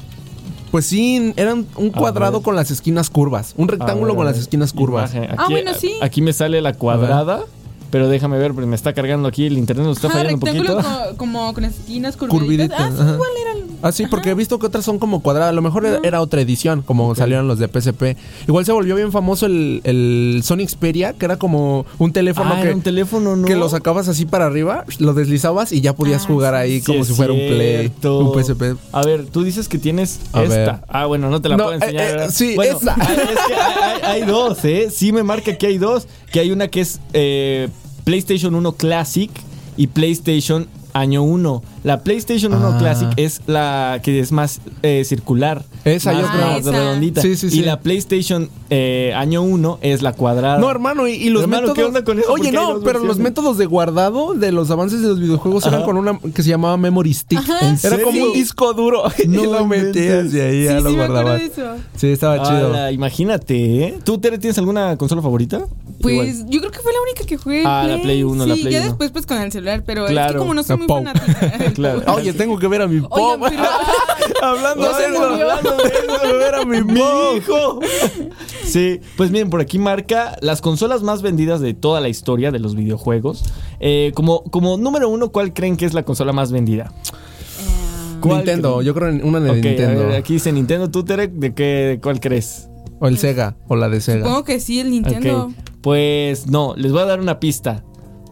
[SPEAKER 4] Pues sí, era un, un
[SPEAKER 1] A
[SPEAKER 4] cuadrado
[SPEAKER 1] ver.
[SPEAKER 4] con las esquinas curvas. Un
[SPEAKER 1] A
[SPEAKER 4] rectángulo
[SPEAKER 1] ver,
[SPEAKER 4] con
[SPEAKER 1] a
[SPEAKER 4] las
[SPEAKER 1] ver.
[SPEAKER 4] esquinas curvas.
[SPEAKER 1] Ah, Imagen.
[SPEAKER 5] Ah, bueno, sí.
[SPEAKER 1] Aquí me sale la cuadrada, pero déjame ver, porque me está cargando aquí el internet, nos está
[SPEAKER 5] Ajá,
[SPEAKER 1] fallando un poquito.
[SPEAKER 5] rectángulo co- como con esquinas curviditas.
[SPEAKER 4] Curviditas,
[SPEAKER 5] Ah, sí,
[SPEAKER 4] ajá.
[SPEAKER 5] igual eran.
[SPEAKER 4] Ah, sí, porque he visto que otras son como cuadradas. A lo mejor era, era otra edición, como
[SPEAKER 1] Ok.
[SPEAKER 4] salieron los de PSP. Igual se volvió bien famoso el, el Sony Xperia, que era como un teléfono
[SPEAKER 1] Ah,
[SPEAKER 4] que,
[SPEAKER 1] era un teléfono, ¿no?
[SPEAKER 4] que lo sacabas así para arriba, lo deslizabas y ya podías
[SPEAKER 5] Ah,
[SPEAKER 4] jugar
[SPEAKER 5] sí,
[SPEAKER 4] ahí
[SPEAKER 1] Sí,
[SPEAKER 4] como
[SPEAKER 1] es
[SPEAKER 4] si fuera un Play,
[SPEAKER 1] cierto.
[SPEAKER 4] un PSP.
[SPEAKER 1] A ver, tú dices que tienes
[SPEAKER 4] A
[SPEAKER 1] esta.
[SPEAKER 4] ver.
[SPEAKER 1] Ah, bueno, no te la
[SPEAKER 4] No,
[SPEAKER 1] puedo enseñar.
[SPEAKER 4] eh, eh,
[SPEAKER 1] ¿verdad?
[SPEAKER 4] sí,
[SPEAKER 1] Bueno,
[SPEAKER 4] esa.
[SPEAKER 1] hay- es que hay, hay- hay dos, ¿eh? Sí me marca que hay dos. Que hay una que es eh, PlayStation 1 Classic y PlayStation año 1. La PlayStation 1
[SPEAKER 4] Ah.
[SPEAKER 1] Classic es la que es más eh, circular.
[SPEAKER 4] Esa
[SPEAKER 1] más,
[SPEAKER 4] yo creo.
[SPEAKER 1] más
[SPEAKER 5] Ah, esa.
[SPEAKER 1] redondita.
[SPEAKER 4] Sí, sí,
[SPEAKER 1] Y
[SPEAKER 4] sí.
[SPEAKER 1] la PlayStation eh, año 1 es la cuadrada.
[SPEAKER 4] No, hermano, y, y los
[SPEAKER 1] Ah. Hermano,
[SPEAKER 4] métodos.
[SPEAKER 1] ¿qué onda con eso? ¿Por
[SPEAKER 4] Oye,
[SPEAKER 1] qué hay
[SPEAKER 4] no,
[SPEAKER 1] dos
[SPEAKER 4] pero los
[SPEAKER 1] versiones?
[SPEAKER 4] métodos de guardado de los avances de los videojuegos
[SPEAKER 1] Ajá.
[SPEAKER 4] eran con una que se llamaba Memory Stick.
[SPEAKER 5] Ajá. ¿En
[SPEAKER 4] Era
[SPEAKER 1] serio?
[SPEAKER 4] como un disco duro.
[SPEAKER 1] No
[SPEAKER 4] y lo metías
[SPEAKER 1] inventes. Ah,
[SPEAKER 4] y ahí
[SPEAKER 5] Sí,
[SPEAKER 4] ya
[SPEAKER 5] sí,
[SPEAKER 4] lo
[SPEAKER 5] me acuerdo
[SPEAKER 4] guardabas.
[SPEAKER 5] de eso.
[SPEAKER 4] Sí, estaba chido.
[SPEAKER 1] Ala, imagínate, ¿eh? ¿Tú, Tere, tienes alguna consola favorita?
[SPEAKER 5] Pues
[SPEAKER 1] Igual.
[SPEAKER 5] yo creo que fue la única que jugué. en
[SPEAKER 1] Ah, la Play uno,
[SPEAKER 5] Sí,
[SPEAKER 1] la Play
[SPEAKER 5] ya
[SPEAKER 1] uno.
[SPEAKER 5] después pues con el celular, pero es
[SPEAKER 1] Claro,
[SPEAKER 5] que como no
[SPEAKER 4] la
[SPEAKER 5] soy muy
[SPEAKER 4] Pau.
[SPEAKER 5] fanática.
[SPEAKER 1] Claro.
[SPEAKER 4] Ah, Oye, tengo que ver a mi
[SPEAKER 5] Oigan,
[SPEAKER 4] pop.
[SPEAKER 5] pero
[SPEAKER 4] Hablando
[SPEAKER 5] Ya se
[SPEAKER 4] de eso,
[SPEAKER 5] murió.
[SPEAKER 4] hablando de eso, de ver a mi pop.
[SPEAKER 1] hijo. Sí, pues miren, por aquí marca las consolas más vendidas de toda la historia de los videojuegos. Eh, como, como número uno, ¿cuál creen que es la consola más vendida? ¿Cuál
[SPEAKER 4] Nintendo,
[SPEAKER 1] creen?
[SPEAKER 4] yo creo en una de
[SPEAKER 1] Ok, a
[SPEAKER 4] Nintendo.
[SPEAKER 1] ver, aquí dice Nintendo, tú, Tere, ¿de qué, de cuál crees?
[SPEAKER 4] O el Sega, o la de Sega.
[SPEAKER 5] supongo que sí, el Nintendo.
[SPEAKER 1] Ok, Pues no, les voy a dar una pista.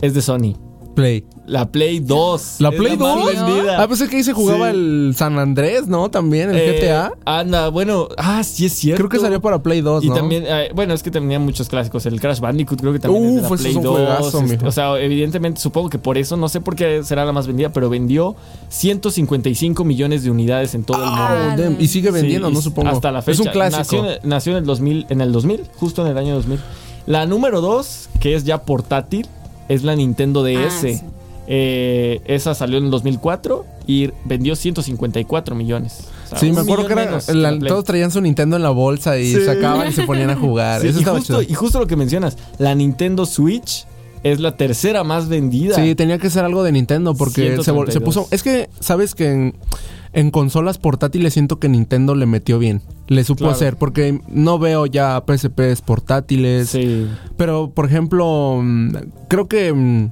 [SPEAKER 1] Es de Sony.
[SPEAKER 4] Play.
[SPEAKER 1] La Play 2.
[SPEAKER 4] ¿La
[SPEAKER 1] Es
[SPEAKER 4] Play
[SPEAKER 1] más
[SPEAKER 5] 2?
[SPEAKER 1] vendida.
[SPEAKER 4] Ah, pues es que ahí se jugaba
[SPEAKER 1] Sí.
[SPEAKER 4] el San Andrés, ¿no? También, el
[SPEAKER 1] Eh,
[SPEAKER 4] GTA.
[SPEAKER 1] Anda, bueno, ah, sí es cierto.
[SPEAKER 4] Creo que salió para Play 2,
[SPEAKER 1] Y
[SPEAKER 4] ¿no?
[SPEAKER 1] también, eh, bueno, es que tenía muchos clásicos. El Crash Bandicoot creo que también es de la
[SPEAKER 4] Uf, ese
[SPEAKER 1] Play
[SPEAKER 4] es un
[SPEAKER 1] 2.
[SPEAKER 4] juegazo,
[SPEAKER 1] este,
[SPEAKER 4] mijo.
[SPEAKER 1] o sea, evidentemente, supongo que por eso, no sé por qué será la más vendida, pero vendió 155 millones de unidades en todo el mundo.
[SPEAKER 4] Ah, damn. Y sigue vendiendo,
[SPEAKER 1] Sí,
[SPEAKER 4] no supongo.
[SPEAKER 1] Hasta la fecha.
[SPEAKER 4] Es un clásico.
[SPEAKER 1] Nació, nació en el 2000, en el 2000, justo en el año 2000. La número 2, que es ya portátil, es la Nintendo DS.
[SPEAKER 5] sí.
[SPEAKER 1] Eh, esa salió en el 2004 y vendió 154 millones. O sea,
[SPEAKER 4] Sí,
[SPEAKER 1] un
[SPEAKER 4] me acuerdo
[SPEAKER 1] millón
[SPEAKER 4] que era-
[SPEAKER 1] menos
[SPEAKER 4] la-
[SPEAKER 1] que la Play.
[SPEAKER 4] todos traían su Nintendo en la bolsa y
[SPEAKER 1] Sí.
[SPEAKER 4] sacaban y se ponían a jugar.
[SPEAKER 1] Sí,
[SPEAKER 4] Eso
[SPEAKER 1] y,
[SPEAKER 4] estaba
[SPEAKER 1] justo,
[SPEAKER 4] chido.
[SPEAKER 1] y justo lo que mencionas, la Nintendo Switch es la tercera más vendida.
[SPEAKER 4] Sí, tenía que ser algo de Nintendo porque se, vol- se
[SPEAKER 1] 132.
[SPEAKER 4] puso... Es que, ¿sabes que en, en consolas portátiles siento que Nintendo le metió bien? Le supo
[SPEAKER 1] Claro.
[SPEAKER 4] hacer porque no veo ya PSPs portátiles.
[SPEAKER 1] Sí.
[SPEAKER 4] Pero, por ejemplo, mm, creo que mm,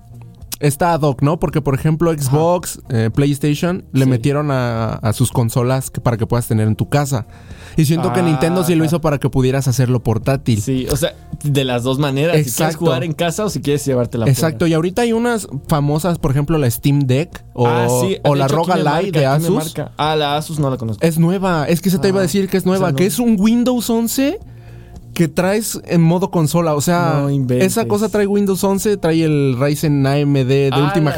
[SPEAKER 4] está ad hoc, ¿no? Porque, por ejemplo, Xbox, eh, PlayStation le
[SPEAKER 1] Sí.
[SPEAKER 4] metieron a, a sus consolas que- para que puedas tener en tu casa. Y siento que
[SPEAKER 1] Ah,
[SPEAKER 4] Nintendo sí lo
[SPEAKER 1] ajá.
[SPEAKER 4] hizo para que pudieras hacerlo portátil.
[SPEAKER 1] Sí, o sea, de las dos maneras. Si quieres
[SPEAKER 4] Exacto.
[SPEAKER 1] jugar en casa o si quieres llevártela fuera.
[SPEAKER 4] Exacto, y ahorita hay unas famosas, por ejemplo, la Steam Deck o,
[SPEAKER 1] Ah, sí,
[SPEAKER 4] o
[SPEAKER 1] de
[SPEAKER 4] la
[SPEAKER 1] hecho, aquí
[SPEAKER 4] Roga
[SPEAKER 1] me
[SPEAKER 4] Lite
[SPEAKER 1] marca,
[SPEAKER 4] de
[SPEAKER 1] aquí me
[SPEAKER 4] Asus.
[SPEAKER 1] marca. Ah, la Asus no la conozco.
[SPEAKER 4] Es nueva, es que se te iba a
[SPEAKER 1] Ah,
[SPEAKER 4] decir que es nueva,
[SPEAKER 1] o sea, no.
[SPEAKER 4] que es un Windows 11 que traes en modo consola, o sea,
[SPEAKER 1] No inventes.
[SPEAKER 4] esa cosa trae Windows 11, trae el Ryzen AMD de
[SPEAKER 1] Ah,
[SPEAKER 4] última
[SPEAKER 1] ya,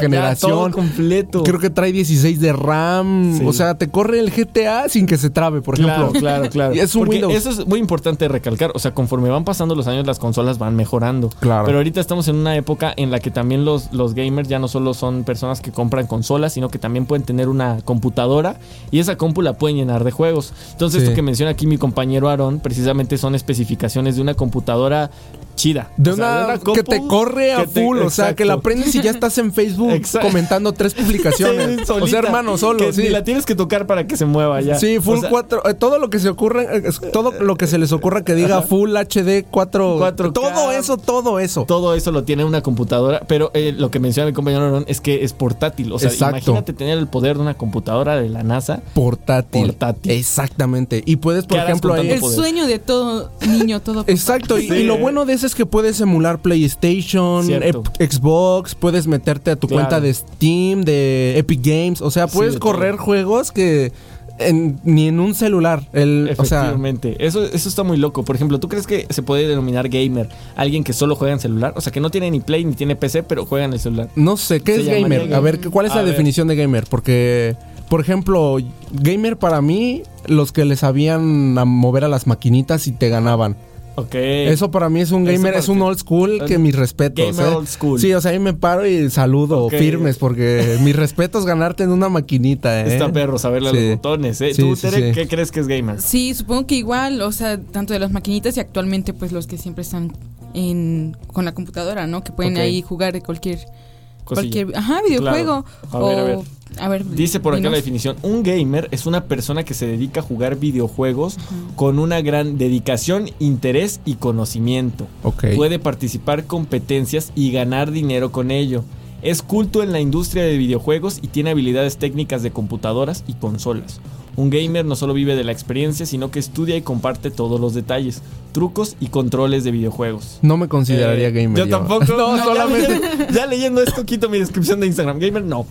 [SPEAKER 1] ya, todo
[SPEAKER 4] generación.
[SPEAKER 1] completo.
[SPEAKER 4] Creo que trae 16 de RAM,
[SPEAKER 1] Sí.
[SPEAKER 4] o sea, te corre el GTA sin que se trabe, por
[SPEAKER 1] Claro,
[SPEAKER 4] ejemplo.
[SPEAKER 1] claro, claro.
[SPEAKER 4] Y es un
[SPEAKER 1] Porque
[SPEAKER 4] Windows.
[SPEAKER 1] Eso es muy importante recalcar. O sea, conforme van pasando los años, las consolas van mejorando.
[SPEAKER 4] Claro.
[SPEAKER 1] Pero ahorita estamos en una época en la que también los, los gamers ya no solo son personas que compran consolas, sino que también pueden tener una computadora y esa compu la pueden llenar de juegos. Entonces,
[SPEAKER 4] Sí.
[SPEAKER 1] esto que menciona aquí mi compañero Aaron, precisamente son especificaciones de una computadora chida.
[SPEAKER 4] De
[SPEAKER 1] O sea,
[SPEAKER 4] una,
[SPEAKER 1] compu
[SPEAKER 4] que te corre a
[SPEAKER 1] que te-
[SPEAKER 4] full, o sea, que la
[SPEAKER 1] exacto.
[SPEAKER 4] aprendes y ya estás en Facebook
[SPEAKER 1] Exacto.
[SPEAKER 4] comentando tres publicaciones.
[SPEAKER 1] Sí,
[SPEAKER 4] o
[SPEAKER 1] solita.
[SPEAKER 4] sea, hermano, solo,
[SPEAKER 1] Que
[SPEAKER 4] sí.
[SPEAKER 1] Ni la tienes que tocar para que se mueva ya.
[SPEAKER 4] Sí, full
[SPEAKER 1] O sea,
[SPEAKER 4] 4, eh, todo lo que se ocurra, eh, es- todo lo que se les ocurra que diga full HD 4,
[SPEAKER 1] 4K.
[SPEAKER 4] todo eso, todo eso.
[SPEAKER 1] Todo eso lo tiene una computadora, pero eh, lo que menciona mi compañero Aaron es que es portátil. O sea,
[SPEAKER 4] Exacto.
[SPEAKER 1] imagínate tener el poder de una computadora de la NASA.
[SPEAKER 4] portátil.
[SPEAKER 1] Portátil.
[SPEAKER 4] Exactamente. Y puedes, por
[SPEAKER 1] ¿Qué harás
[SPEAKER 4] ejemplo,
[SPEAKER 1] con
[SPEAKER 4] ahí-
[SPEAKER 1] tanto
[SPEAKER 5] El
[SPEAKER 1] poder.
[SPEAKER 5] sueño de todo niño, todo papá.
[SPEAKER 4] Exacto, y, y lo bueno de eso es que puedes emular PlayStation,
[SPEAKER 1] Cierto.
[SPEAKER 4] Ep- Xbox, puedes meterte a tu
[SPEAKER 1] Claro.
[SPEAKER 4] cuenta de Steam, de Epic Games, o sea,
[SPEAKER 1] Sí,
[SPEAKER 4] puedes
[SPEAKER 1] de
[SPEAKER 4] correr
[SPEAKER 1] todo.
[SPEAKER 4] juegos que en- ni en un celular, el, o sea,
[SPEAKER 1] Efectivamente. eso, eso está muy loco. Por ejemplo, ¿tú crees que se puede denominar gamer alguien que solo juega en celular? O sea, que no tiene ni Play ni tiene PC, pero juega en el celular.
[SPEAKER 4] no sé, ¿qué
[SPEAKER 1] Se
[SPEAKER 4] es
[SPEAKER 1] llamaría
[SPEAKER 4] gamer? A
[SPEAKER 1] gamer.
[SPEAKER 4] ver, ¿cuál es
[SPEAKER 1] A
[SPEAKER 4] la
[SPEAKER 1] ver.
[SPEAKER 4] definición de gamer? Porque, por ejemplo, gamer para mí, los que le sabían a mover a las maquinitas y te ganaban.
[SPEAKER 1] Ok.
[SPEAKER 4] Eso para mí es un
[SPEAKER 1] Eso
[SPEAKER 4] gamer, es un
[SPEAKER 1] porque-
[SPEAKER 4] old school que
[SPEAKER 1] Un
[SPEAKER 4] mis respetos.
[SPEAKER 1] gamer
[SPEAKER 4] ¿eh?
[SPEAKER 1] old school.
[SPEAKER 4] Sí, o sea, ahí me paro y saludo
[SPEAKER 1] Ok.
[SPEAKER 4] firmes porque mis respetos ganarte en una maquinita, ¿eh?
[SPEAKER 1] Está perro saberle a
[SPEAKER 4] Sí.
[SPEAKER 1] los botones, ¿eh?
[SPEAKER 4] Sí,
[SPEAKER 1] ¿Tú,
[SPEAKER 4] sí,
[SPEAKER 1] Tere,
[SPEAKER 4] sí.
[SPEAKER 1] qué crees que es gamer?
[SPEAKER 5] Sí, supongo que igual, o sea, tanto de las maquinitas y actualmente pues los que siempre están en, con la computadora, ¿no? Que pueden
[SPEAKER 1] Ok.
[SPEAKER 5] ahí jugar de cualquier,
[SPEAKER 1] Cosilla.
[SPEAKER 5] cualquier ajá, videojuego.
[SPEAKER 1] Claro. A ver, a ver.
[SPEAKER 5] o, a ver.
[SPEAKER 1] Dice por acá
[SPEAKER 5] dinos.
[SPEAKER 1] la definición, un gamer es una persona que se dedica a jugar videojuegos con una gran dedicación, interés y conocimiento.
[SPEAKER 4] Ok.
[SPEAKER 1] Puede participar competencias y ganar dinero con ello. Es culto en la industria de videojuegos y tiene habilidades técnicas de computadoras y consolas. Un gamer no solo vive de la experiencia, sino que estudia y comparte todos los detalles, trucos y controles de videojuegos.
[SPEAKER 4] No me consideraría
[SPEAKER 1] Eh,
[SPEAKER 4] gamer.
[SPEAKER 1] Yo tampoco.
[SPEAKER 4] No,
[SPEAKER 1] ya-
[SPEAKER 4] solamente.
[SPEAKER 1] Ya, leyendo esto, quito mi descripción de Instagram. Gamer, no.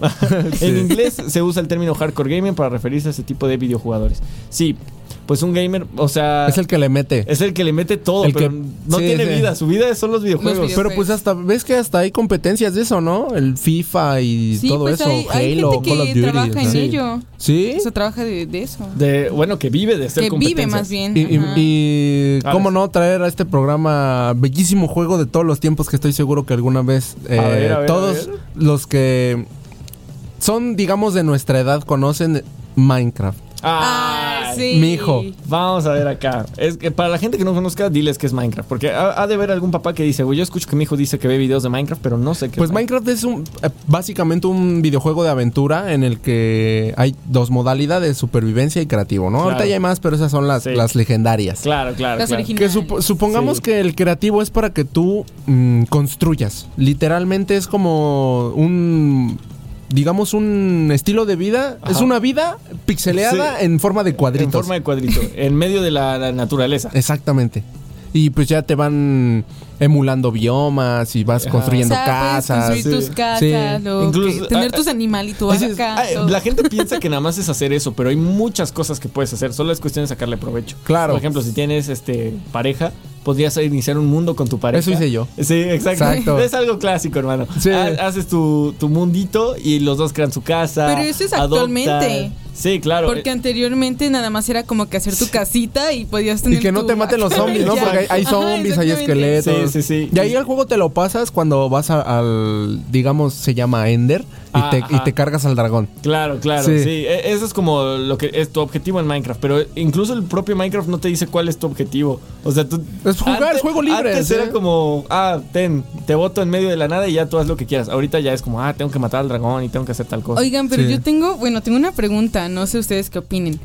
[SPEAKER 1] En inglés se usa el término hardcore gamer para referirse a ese tipo de videojugadores. Sí, pues un gamer, o sea.
[SPEAKER 4] Es el que le mete.
[SPEAKER 1] que le mete todo,
[SPEAKER 4] El
[SPEAKER 1] pero
[SPEAKER 4] que-
[SPEAKER 1] no
[SPEAKER 4] sí,
[SPEAKER 1] tiene
[SPEAKER 4] sí.
[SPEAKER 1] vida. Su vida son los videojuegos.
[SPEAKER 5] videojuegos.
[SPEAKER 4] Pero pues hasta, ves que hasta hay competencias de eso, ¿no? El FIFA y
[SPEAKER 5] Sí,
[SPEAKER 4] todo
[SPEAKER 5] pues
[SPEAKER 4] eso,
[SPEAKER 5] hay, hay
[SPEAKER 4] Halo,
[SPEAKER 5] gente
[SPEAKER 4] Call
[SPEAKER 5] que
[SPEAKER 4] of Duty.
[SPEAKER 5] trabaja
[SPEAKER 4] o
[SPEAKER 5] en
[SPEAKER 4] sea.
[SPEAKER 1] Sí.
[SPEAKER 5] ello.
[SPEAKER 4] ¿Sí?
[SPEAKER 5] O sea, trabaja de, de eso.
[SPEAKER 1] De, bueno, que vive de ser
[SPEAKER 5] que vive más bien.
[SPEAKER 4] Y, y-
[SPEAKER 5] ajá.
[SPEAKER 4] y
[SPEAKER 1] Ah,
[SPEAKER 4] cómo
[SPEAKER 1] es-
[SPEAKER 4] no traer a este programa bellísimo juego de todos los tiempos que estoy seguro que alguna vez eh,
[SPEAKER 1] ver, a ver,
[SPEAKER 4] todos
[SPEAKER 1] a ver.
[SPEAKER 4] los que son digamos de nuestra edad conocen Minecraft.
[SPEAKER 1] Ah,
[SPEAKER 5] Ah, sí.
[SPEAKER 4] mi hijo.
[SPEAKER 1] Vamos a ver acá. Es que para la gente que no conozca, diles que es Minecraft. Porque ha, ha de haber algún papá que dice, güey, yo escucho que mi hijo dice que ve videos de Minecraft, pero no sé qué.
[SPEAKER 4] Pues
[SPEAKER 1] es
[SPEAKER 4] Minecraft es un eh, básicamente un videojuego de aventura en el que hay dos modalidades, supervivencia y creativo, ¿no?
[SPEAKER 1] Claro.
[SPEAKER 4] Ahorita ya hay más, pero esas son las,
[SPEAKER 1] Sí.
[SPEAKER 4] las legendarias.
[SPEAKER 1] Claro, claro.
[SPEAKER 5] Las
[SPEAKER 1] claro.
[SPEAKER 5] originales.
[SPEAKER 4] Que supo- supongamos
[SPEAKER 1] Sí.
[SPEAKER 4] que el creativo es para que tú mm, construyas. Literalmente es como un. Digamos, un estilo de vida.
[SPEAKER 1] Ajá.
[SPEAKER 4] Es una vida pixeleada
[SPEAKER 1] Sí.
[SPEAKER 4] en forma de cuadritos.
[SPEAKER 1] En forma de cuadrito, en medio de la, la naturaleza.
[SPEAKER 4] Exactamente. Y pues ya te van emulando biomas y vas
[SPEAKER 1] Ajá.
[SPEAKER 5] O
[SPEAKER 4] construyendo
[SPEAKER 5] sea, puedes
[SPEAKER 4] casas.
[SPEAKER 5] construir tus
[SPEAKER 4] Sí.
[SPEAKER 5] casas,
[SPEAKER 4] Sí.
[SPEAKER 5] lo
[SPEAKER 1] Incluso-
[SPEAKER 5] que- tener
[SPEAKER 1] ah,
[SPEAKER 5] tus animalitos
[SPEAKER 1] Dices,
[SPEAKER 5] acá.
[SPEAKER 1] "Ay,
[SPEAKER 5] todo".
[SPEAKER 1] la gente piensa que nada más es hacer eso, pero hay muchas cosas que puedes hacer. Solo es cuestión de sacarle provecho.
[SPEAKER 4] Claro.
[SPEAKER 1] Por ejemplo, si tienes este pareja, podrías iniciar un mundo con tu pareja.
[SPEAKER 4] Eso hice yo.
[SPEAKER 1] Sí, exacto.
[SPEAKER 4] Exacto.
[SPEAKER 1] Es algo clásico, hermano.
[SPEAKER 4] Sí.
[SPEAKER 1] Ha- Haces tu, tu mundito y los dos crean su casa.
[SPEAKER 5] Pero eso es actualmente.
[SPEAKER 1] adoptan. Sí, claro.
[SPEAKER 5] Porque
[SPEAKER 1] Eh,
[SPEAKER 5] anteriormente nada más era como que hacer tu casita y podías tener
[SPEAKER 4] Y que no
[SPEAKER 5] tu
[SPEAKER 4] te maten los
[SPEAKER 5] vaca
[SPEAKER 4] zombies,
[SPEAKER 5] y
[SPEAKER 4] ¿no?
[SPEAKER 5] ya.
[SPEAKER 4] Porque hay, hay
[SPEAKER 5] Ajá,
[SPEAKER 4] zombies, hay
[SPEAKER 5] exactamente.
[SPEAKER 4] esqueletos.
[SPEAKER 1] Sí, sí, sí.
[SPEAKER 4] Y ahí el juego te lo pasas cuando vas a- al, digamos, se llama Ender, y,
[SPEAKER 1] Ah,
[SPEAKER 4] te, y
[SPEAKER 1] ajá.
[SPEAKER 4] te cargas al dragón.
[SPEAKER 1] Claro, claro,
[SPEAKER 4] Sí.
[SPEAKER 1] sí. E- Eso es como lo que es tu objetivo en Minecraft, pero incluso el propio Minecraft no te dice cuál es tu objetivo. O sea, tú
[SPEAKER 4] Es jugar, es juego libre,
[SPEAKER 1] Antes
[SPEAKER 4] sí.
[SPEAKER 1] era como, ah, ten, te boto en medio de la nada y ya tú haz lo que quieras. Ahorita ya es como, ah, tengo que matar al dragón y tengo que hacer tal cosa.
[SPEAKER 5] Oigan, pero
[SPEAKER 4] Sí.
[SPEAKER 5] yo tengo, bueno, tengo una pregunta, no sé ustedes qué opinen.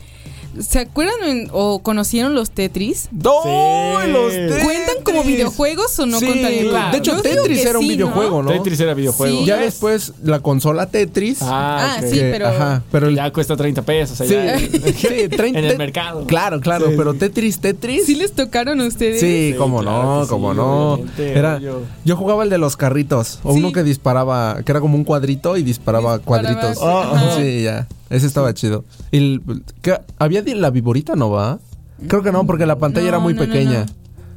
[SPEAKER 5] ¿Se acuerdan en- o conocieron los Tetris?
[SPEAKER 4] ¡Ay, los Tetris!
[SPEAKER 5] ¿Cuentan como videojuegos o no
[SPEAKER 4] Sí,
[SPEAKER 5] contarían?
[SPEAKER 1] claro.
[SPEAKER 4] De hecho,
[SPEAKER 5] Yo digo
[SPEAKER 4] Tetris
[SPEAKER 5] que
[SPEAKER 4] era un
[SPEAKER 5] sí, ¿no?
[SPEAKER 4] videojuego, ¿no?
[SPEAKER 1] Tetris era videojuego.
[SPEAKER 5] Sí.
[SPEAKER 4] Ya después la consola Tetris.
[SPEAKER 1] Ah,
[SPEAKER 5] Ah,
[SPEAKER 1] ok.
[SPEAKER 5] sí,
[SPEAKER 4] que-
[SPEAKER 5] pero-
[SPEAKER 4] Ajá, pero el-
[SPEAKER 1] Ya cuesta 30 pesos. o
[SPEAKER 4] sí,
[SPEAKER 1] sea, ya-
[SPEAKER 4] sí, 30
[SPEAKER 1] En el mercado.
[SPEAKER 4] Claro, claro,
[SPEAKER 1] Sí, sí.
[SPEAKER 4] pero Tetris, Tetris.
[SPEAKER 5] ¿Sí les tocaron a ustedes?
[SPEAKER 4] Sí,
[SPEAKER 1] Sí,
[SPEAKER 4] cómo
[SPEAKER 1] claro
[SPEAKER 4] no,
[SPEAKER 1] que sí,
[SPEAKER 4] cómo no.
[SPEAKER 1] obviamente,
[SPEAKER 4] Era,
[SPEAKER 1] obvio.
[SPEAKER 4] yo jugaba el de los carritos, o
[SPEAKER 5] Sí.
[SPEAKER 4] uno que disparaba, que era como un cuadrito y disparaba,
[SPEAKER 5] Disparaba,
[SPEAKER 4] cuadritos.
[SPEAKER 5] sí, Ah, ajá.
[SPEAKER 4] Sí, ya. Ese estaba chido. Y el- ¿qué? ¿Había de la viborita no va? Creo que no, porque la pantalla
[SPEAKER 5] No,
[SPEAKER 4] era muy
[SPEAKER 5] no, no,
[SPEAKER 4] pequeña.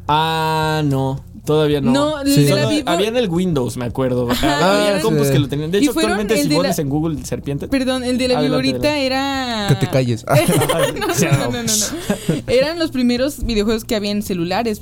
[SPEAKER 1] Ah, no. Todavía no.
[SPEAKER 5] No, el
[SPEAKER 4] Sí.
[SPEAKER 5] de
[SPEAKER 4] Solo
[SPEAKER 5] la
[SPEAKER 1] Había-
[SPEAKER 5] Vivo-
[SPEAKER 1] Había en el Windows, me acuerdo.
[SPEAKER 5] Ajá.
[SPEAKER 1] había
[SPEAKER 4] Ah,
[SPEAKER 1] compus
[SPEAKER 4] sí.
[SPEAKER 1] que lo tenían. De
[SPEAKER 5] Y
[SPEAKER 1] hecho,
[SPEAKER 5] fueron
[SPEAKER 1] actualmente
[SPEAKER 5] el
[SPEAKER 1] si
[SPEAKER 5] de
[SPEAKER 1] pones
[SPEAKER 5] la-
[SPEAKER 1] en Google serpiente.
[SPEAKER 5] Perdón, el de la
[SPEAKER 1] Adelante,
[SPEAKER 5] viborita era...
[SPEAKER 4] Que te calles.
[SPEAKER 5] no, no, no, no, no. Eran los primeros videojuegos que había en celulares.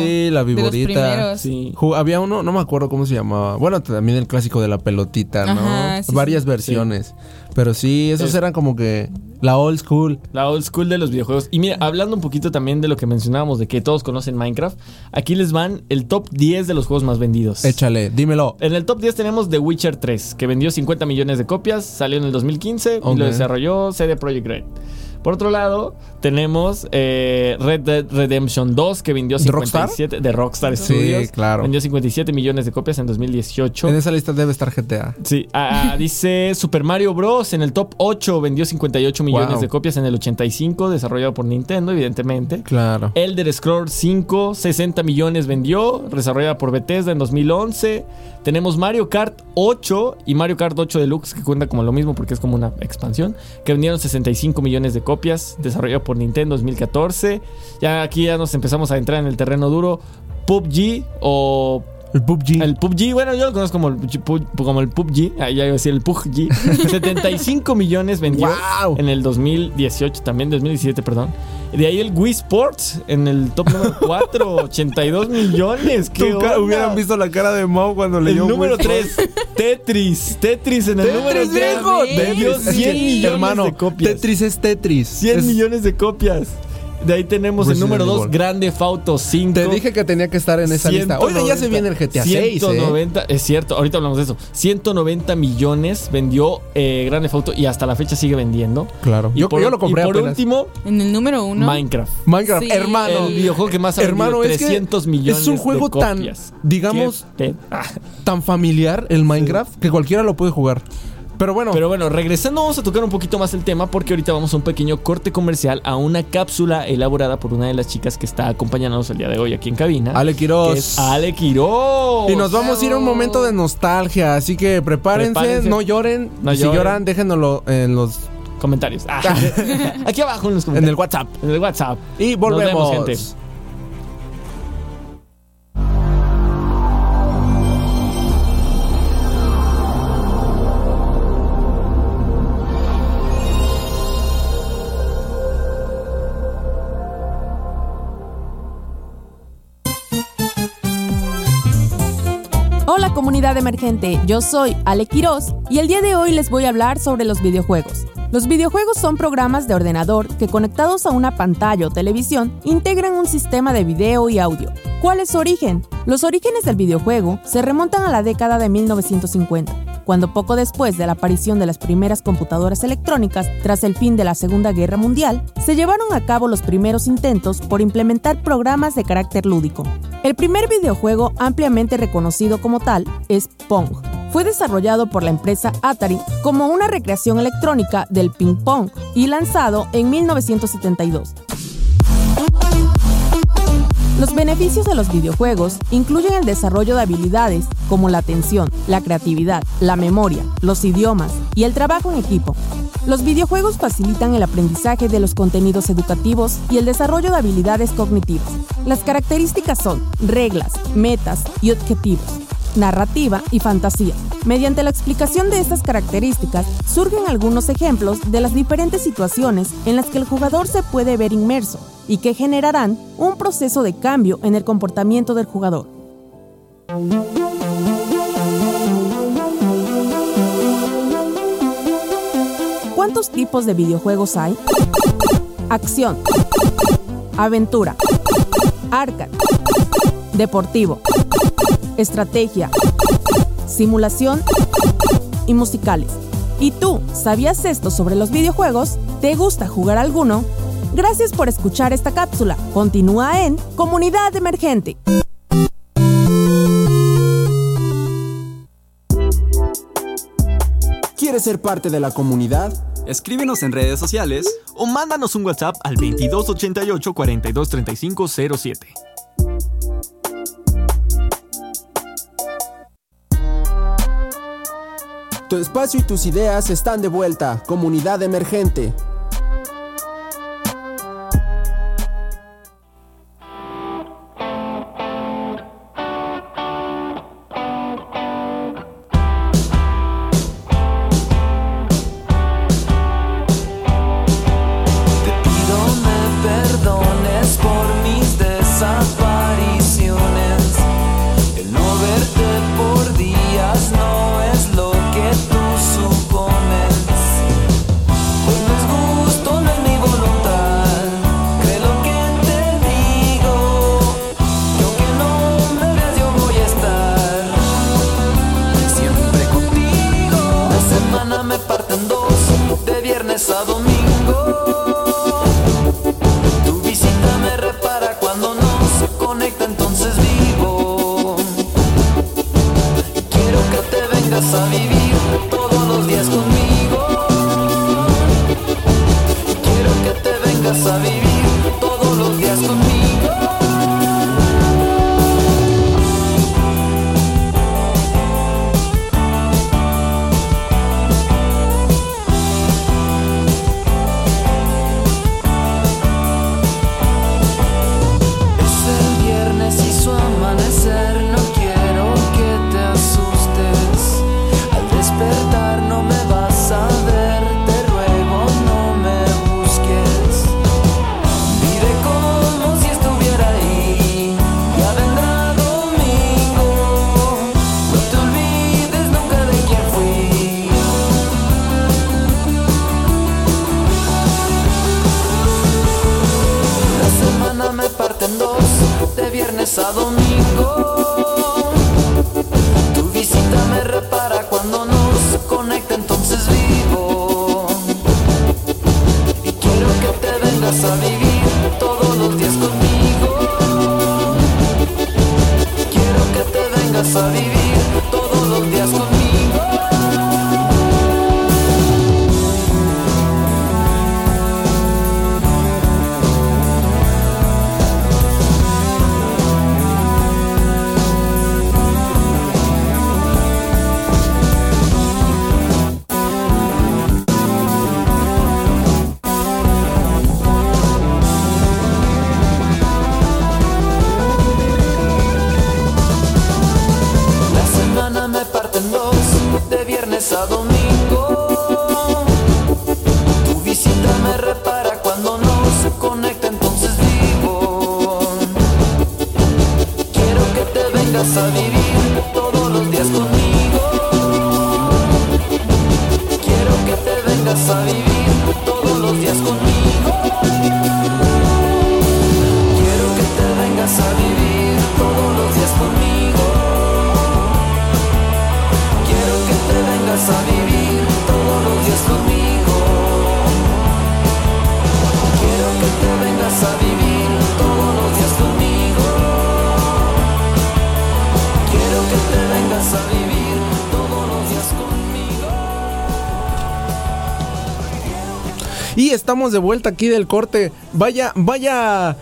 [SPEAKER 4] Sí, la
[SPEAKER 5] De los
[SPEAKER 4] viborita.
[SPEAKER 5] primeros.
[SPEAKER 1] Sí.
[SPEAKER 4] Ju- Había uno, no me acuerdo cómo se llamaba. Bueno, también el clásico de la pelotita, ¿no?
[SPEAKER 5] Ajá, sí,
[SPEAKER 4] Varias
[SPEAKER 5] sí.
[SPEAKER 4] versiones. Pero sí, esos
[SPEAKER 1] Es-
[SPEAKER 4] eran como que la old school.
[SPEAKER 1] La old school de los videojuegos. Y mira, hablando un poquito también de lo que mencionábamos, de que todos conocen Minecraft, aquí les van el top 10 de los juegos más vendidos.
[SPEAKER 4] Échale, dímelo.
[SPEAKER 1] En el top 10 tenemos The Witcher 3, que vendió 50 millones de copias, salió en el 2015
[SPEAKER 4] Ok.
[SPEAKER 1] y lo desarrolló CD Projekt Red. Por otro lado, tenemos eh, Red Dead Redemption 2, que vendió
[SPEAKER 4] ¿De Rockstar?
[SPEAKER 1] 57 de Rockstar
[SPEAKER 4] Sí,
[SPEAKER 1] Studios.
[SPEAKER 4] claro.
[SPEAKER 1] Vendió 57 millones de copias en 2018.
[SPEAKER 4] En esa lista debe estar GTA.
[SPEAKER 1] Sí, ah, ah, dice Super Mario Bros. en el top 8 vendió 58 millones
[SPEAKER 4] Wow.
[SPEAKER 1] de copias en el 85, desarrollado por Nintendo, evidentemente.
[SPEAKER 4] Claro.
[SPEAKER 1] Elder Scrolls 5, 60 millones vendió, desarrollada por Bethesda en 2011. Tenemos Mario Kart 8 y Mario Kart 8 Deluxe, que cuenta como lo mismo porque es como una expansión, que vendieron 65 millones de copias, desarrollado por Nintendo en 2014. Ya aquí ya nos empezamos a entrar en el terreno duro. PUBG o
[SPEAKER 4] El PUBG.
[SPEAKER 1] el PUBG, bueno, yo lo conozco como el, PUBG, como el PUBG, ah, ya iba a decir el PUBG. 75 millones vendió
[SPEAKER 4] ¡Guau!
[SPEAKER 1] en el 2018, también 2017, perdón. De ahí el Wii Sports en el top número 4, 82 millones. ¿Qué
[SPEAKER 4] Nunca
[SPEAKER 1] onda?
[SPEAKER 4] hubieran visto la cara de Mau cuando le
[SPEAKER 1] el
[SPEAKER 4] dio
[SPEAKER 1] número
[SPEAKER 4] Wii Sports.
[SPEAKER 1] 3, Tetris. Tetris en el número
[SPEAKER 4] Tetris,
[SPEAKER 1] 3.
[SPEAKER 4] viejo.
[SPEAKER 1] Vendió
[SPEAKER 4] Tetris.
[SPEAKER 1] 100 millones
[SPEAKER 4] Hermano,
[SPEAKER 1] de copias.
[SPEAKER 4] Tetris es Tetris.
[SPEAKER 1] 100
[SPEAKER 4] Es-
[SPEAKER 1] millones de copias. De ahí tenemos
[SPEAKER 4] Resident
[SPEAKER 1] el número 2,
[SPEAKER 4] Evil.
[SPEAKER 1] Grande Fauto 5.
[SPEAKER 4] Te dije que tenía que estar en esa lista. Oye, ya se
[SPEAKER 1] 190,
[SPEAKER 4] viene el GTA 6.
[SPEAKER 1] 190, es cierto, ahorita hablamos de eso. 190 millones vendió eh, Grand Theft Auto y hasta la fecha sigue vendiendo.
[SPEAKER 4] Claro.
[SPEAKER 1] Y
[SPEAKER 4] Yo,
[SPEAKER 1] por-
[SPEAKER 4] yo lo compré
[SPEAKER 1] y por
[SPEAKER 4] apenas.
[SPEAKER 1] último,
[SPEAKER 5] En el número uno.
[SPEAKER 1] Minecraft.
[SPEAKER 4] Minecraft,
[SPEAKER 5] Sí.
[SPEAKER 4] hermano.
[SPEAKER 1] El videojuego que más ha
[SPEAKER 4] Hermano,
[SPEAKER 1] vendido,
[SPEAKER 4] es que
[SPEAKER 1] 300 millones
[SPEAKER 4] es un juego
[SPEAKER 1] de copias.
[SPEAKER 4] tan, digamos,
[SPEAKER 1] Qué pe- ah.
[SPEAKER 4] Tan familiar el Minecraft que cualquiera lo puede jugar. Pero bueno,
[SPEAKER 1] Pero bueno, regresando vamos a tocar un poquito más el tema porque ahorita vamos a un pequeño corte comercial a una cápsula elaborada por una de las chicas que está acompañándonos el día de hoy aquí en cabina.
[SPEAKER 4] Ale Quiroz.
[SPEAKER 1] que es Ale Quiroz.
[SPEAKER 4] Y nos vamos a ir a un momento de nostalgia, así que prepárense,
[SPEAKER 1] Prepárense.
[SPEAKER 4] no lloren.
[SPEAKER 1] No
[SPEAKER 4] y si
[SPEAKER 1] lloren.
[SPEAKER 4] lloran, déjenoslo en los
[SPEAKER 1] comentarios. Ah, aquí abajo en los
[SPEAKER 4] en el
[SPEAKER 1] comentarios.
[SPEAKER 4] WhatsApp.
[SPEAKER 1] En el, WhatsApp. Nos
[SPEAKER 4] Y
[SPEAKER 1] vemos,
[SPEAKER 4] volvemos.
[SPEAKER 1] gente.
[SPEAKER 6] Hola comunidad emergente, yo soy Ale Quiroz y el día de hoy les voy a hablar sobre los videojuegos. Los videojuegos son programas de ordenador que conectados a una pantalla o televisión integran un sistema de video y audio. ¿Cuál es su origen? Los orígenes del videojuego se remontan a la década de 1950, cuando poco después de la aparición de las primeras computadoras electrónicas tras el fin de la Segunda Guerra Mundial, se llevaron a cabo los primeros intentos por implementar programas de carácter lúdico. El primer videojuego ampliamente reconocido como tal es Pong. Fue desarrollado por la empresa Atari como una recreación electrónica del ping-pong y lanzado en 1972. Los beneficios de los videojuegos incluyen el desarrollo de habilidades como la atención, la creatividad, la memoria, los idiomas y el trabajo en equipo. Los videojuegos facilitan el aprendizaje de los contenidos educativos y el desarrollo de habilidades cognitivas. Las características son reglas, metas y objetivos. narrativa y fantasía. Mediante la explicación de estas características, surgen algunos ejemplos de las diferentes situaciones en las que el jugador se puede ver inmerso y que generarán un proceso de cambio en el comportamiento del jugador. ¿Cuántos tipos de videojuegos hay? Acción. Aventura. Arcade. Deportivo. Estrategia. Simulación. Y musicales. ¿Y tú sabías esto sobre los videojuegos? ¿Te gusta jugar alguno? Gracias por escuchar esta cápsula. Continúa en Comunidad Emergente.
[SPEAKER 2] ¿Quieres ser parte de la comunidad? Escríbenos en redes sociales.
[SPEAKER 1] O mándanos un WhatsApp al 2288 42 35 07.
[SPEAKER 2] Tu espacio y tus ideas están de vuelta. Comunidad emergente.
[SPEAKER 7] Te pido me perdones por mis desapariciones. El no verte por días no es lo que tú supones. Pues no es gusto, no es mi voluntad. Creo lo que te digo. Yo que no me veas, yo voy a estar siempre contigo. La semana me parten dos, de viernes a domingo. Tu visita me repara cuando nos conecta, entonces vivo. Quiero que te vengas a vivir todos los días conmigo. Quiero que te vengas a vivir todos los días conmigo. Es el viernes y su amanecer, no quiero que te asustes. Al despertar no me vas a ver, te ruego no me busques. Vive como si estuviera ahí, ya vendrá domingo. No te olvides nunca de quién fui. La semana me parten dos, de viernes a domingo. Tu visita me repara cuando nos conecta, entonces vivo. Y quiero que te vengas a vivir todos los días conmigo. Quiero que te vengas a vivir todos los días conmigo. La semana me parten dos, de viernes a domingo. Tu visita me repara cuando nos conecta, entonces vivo. Quiero que te vengas a vivir todos los días conmigo. Quiero que te vengas a vivir todos los días conmigo. Quiero que te vengas a vivir todos los días conmigo. Quiero que te vengas a vivir todos los días conmigo. Quiero que te vengas a vivir todos los días conmigo. Quiero que te vengas a vivir todos los días conmigo.
[SPEAKER 4] Y estamos de vuelta aquí del corte. Vaya, vaya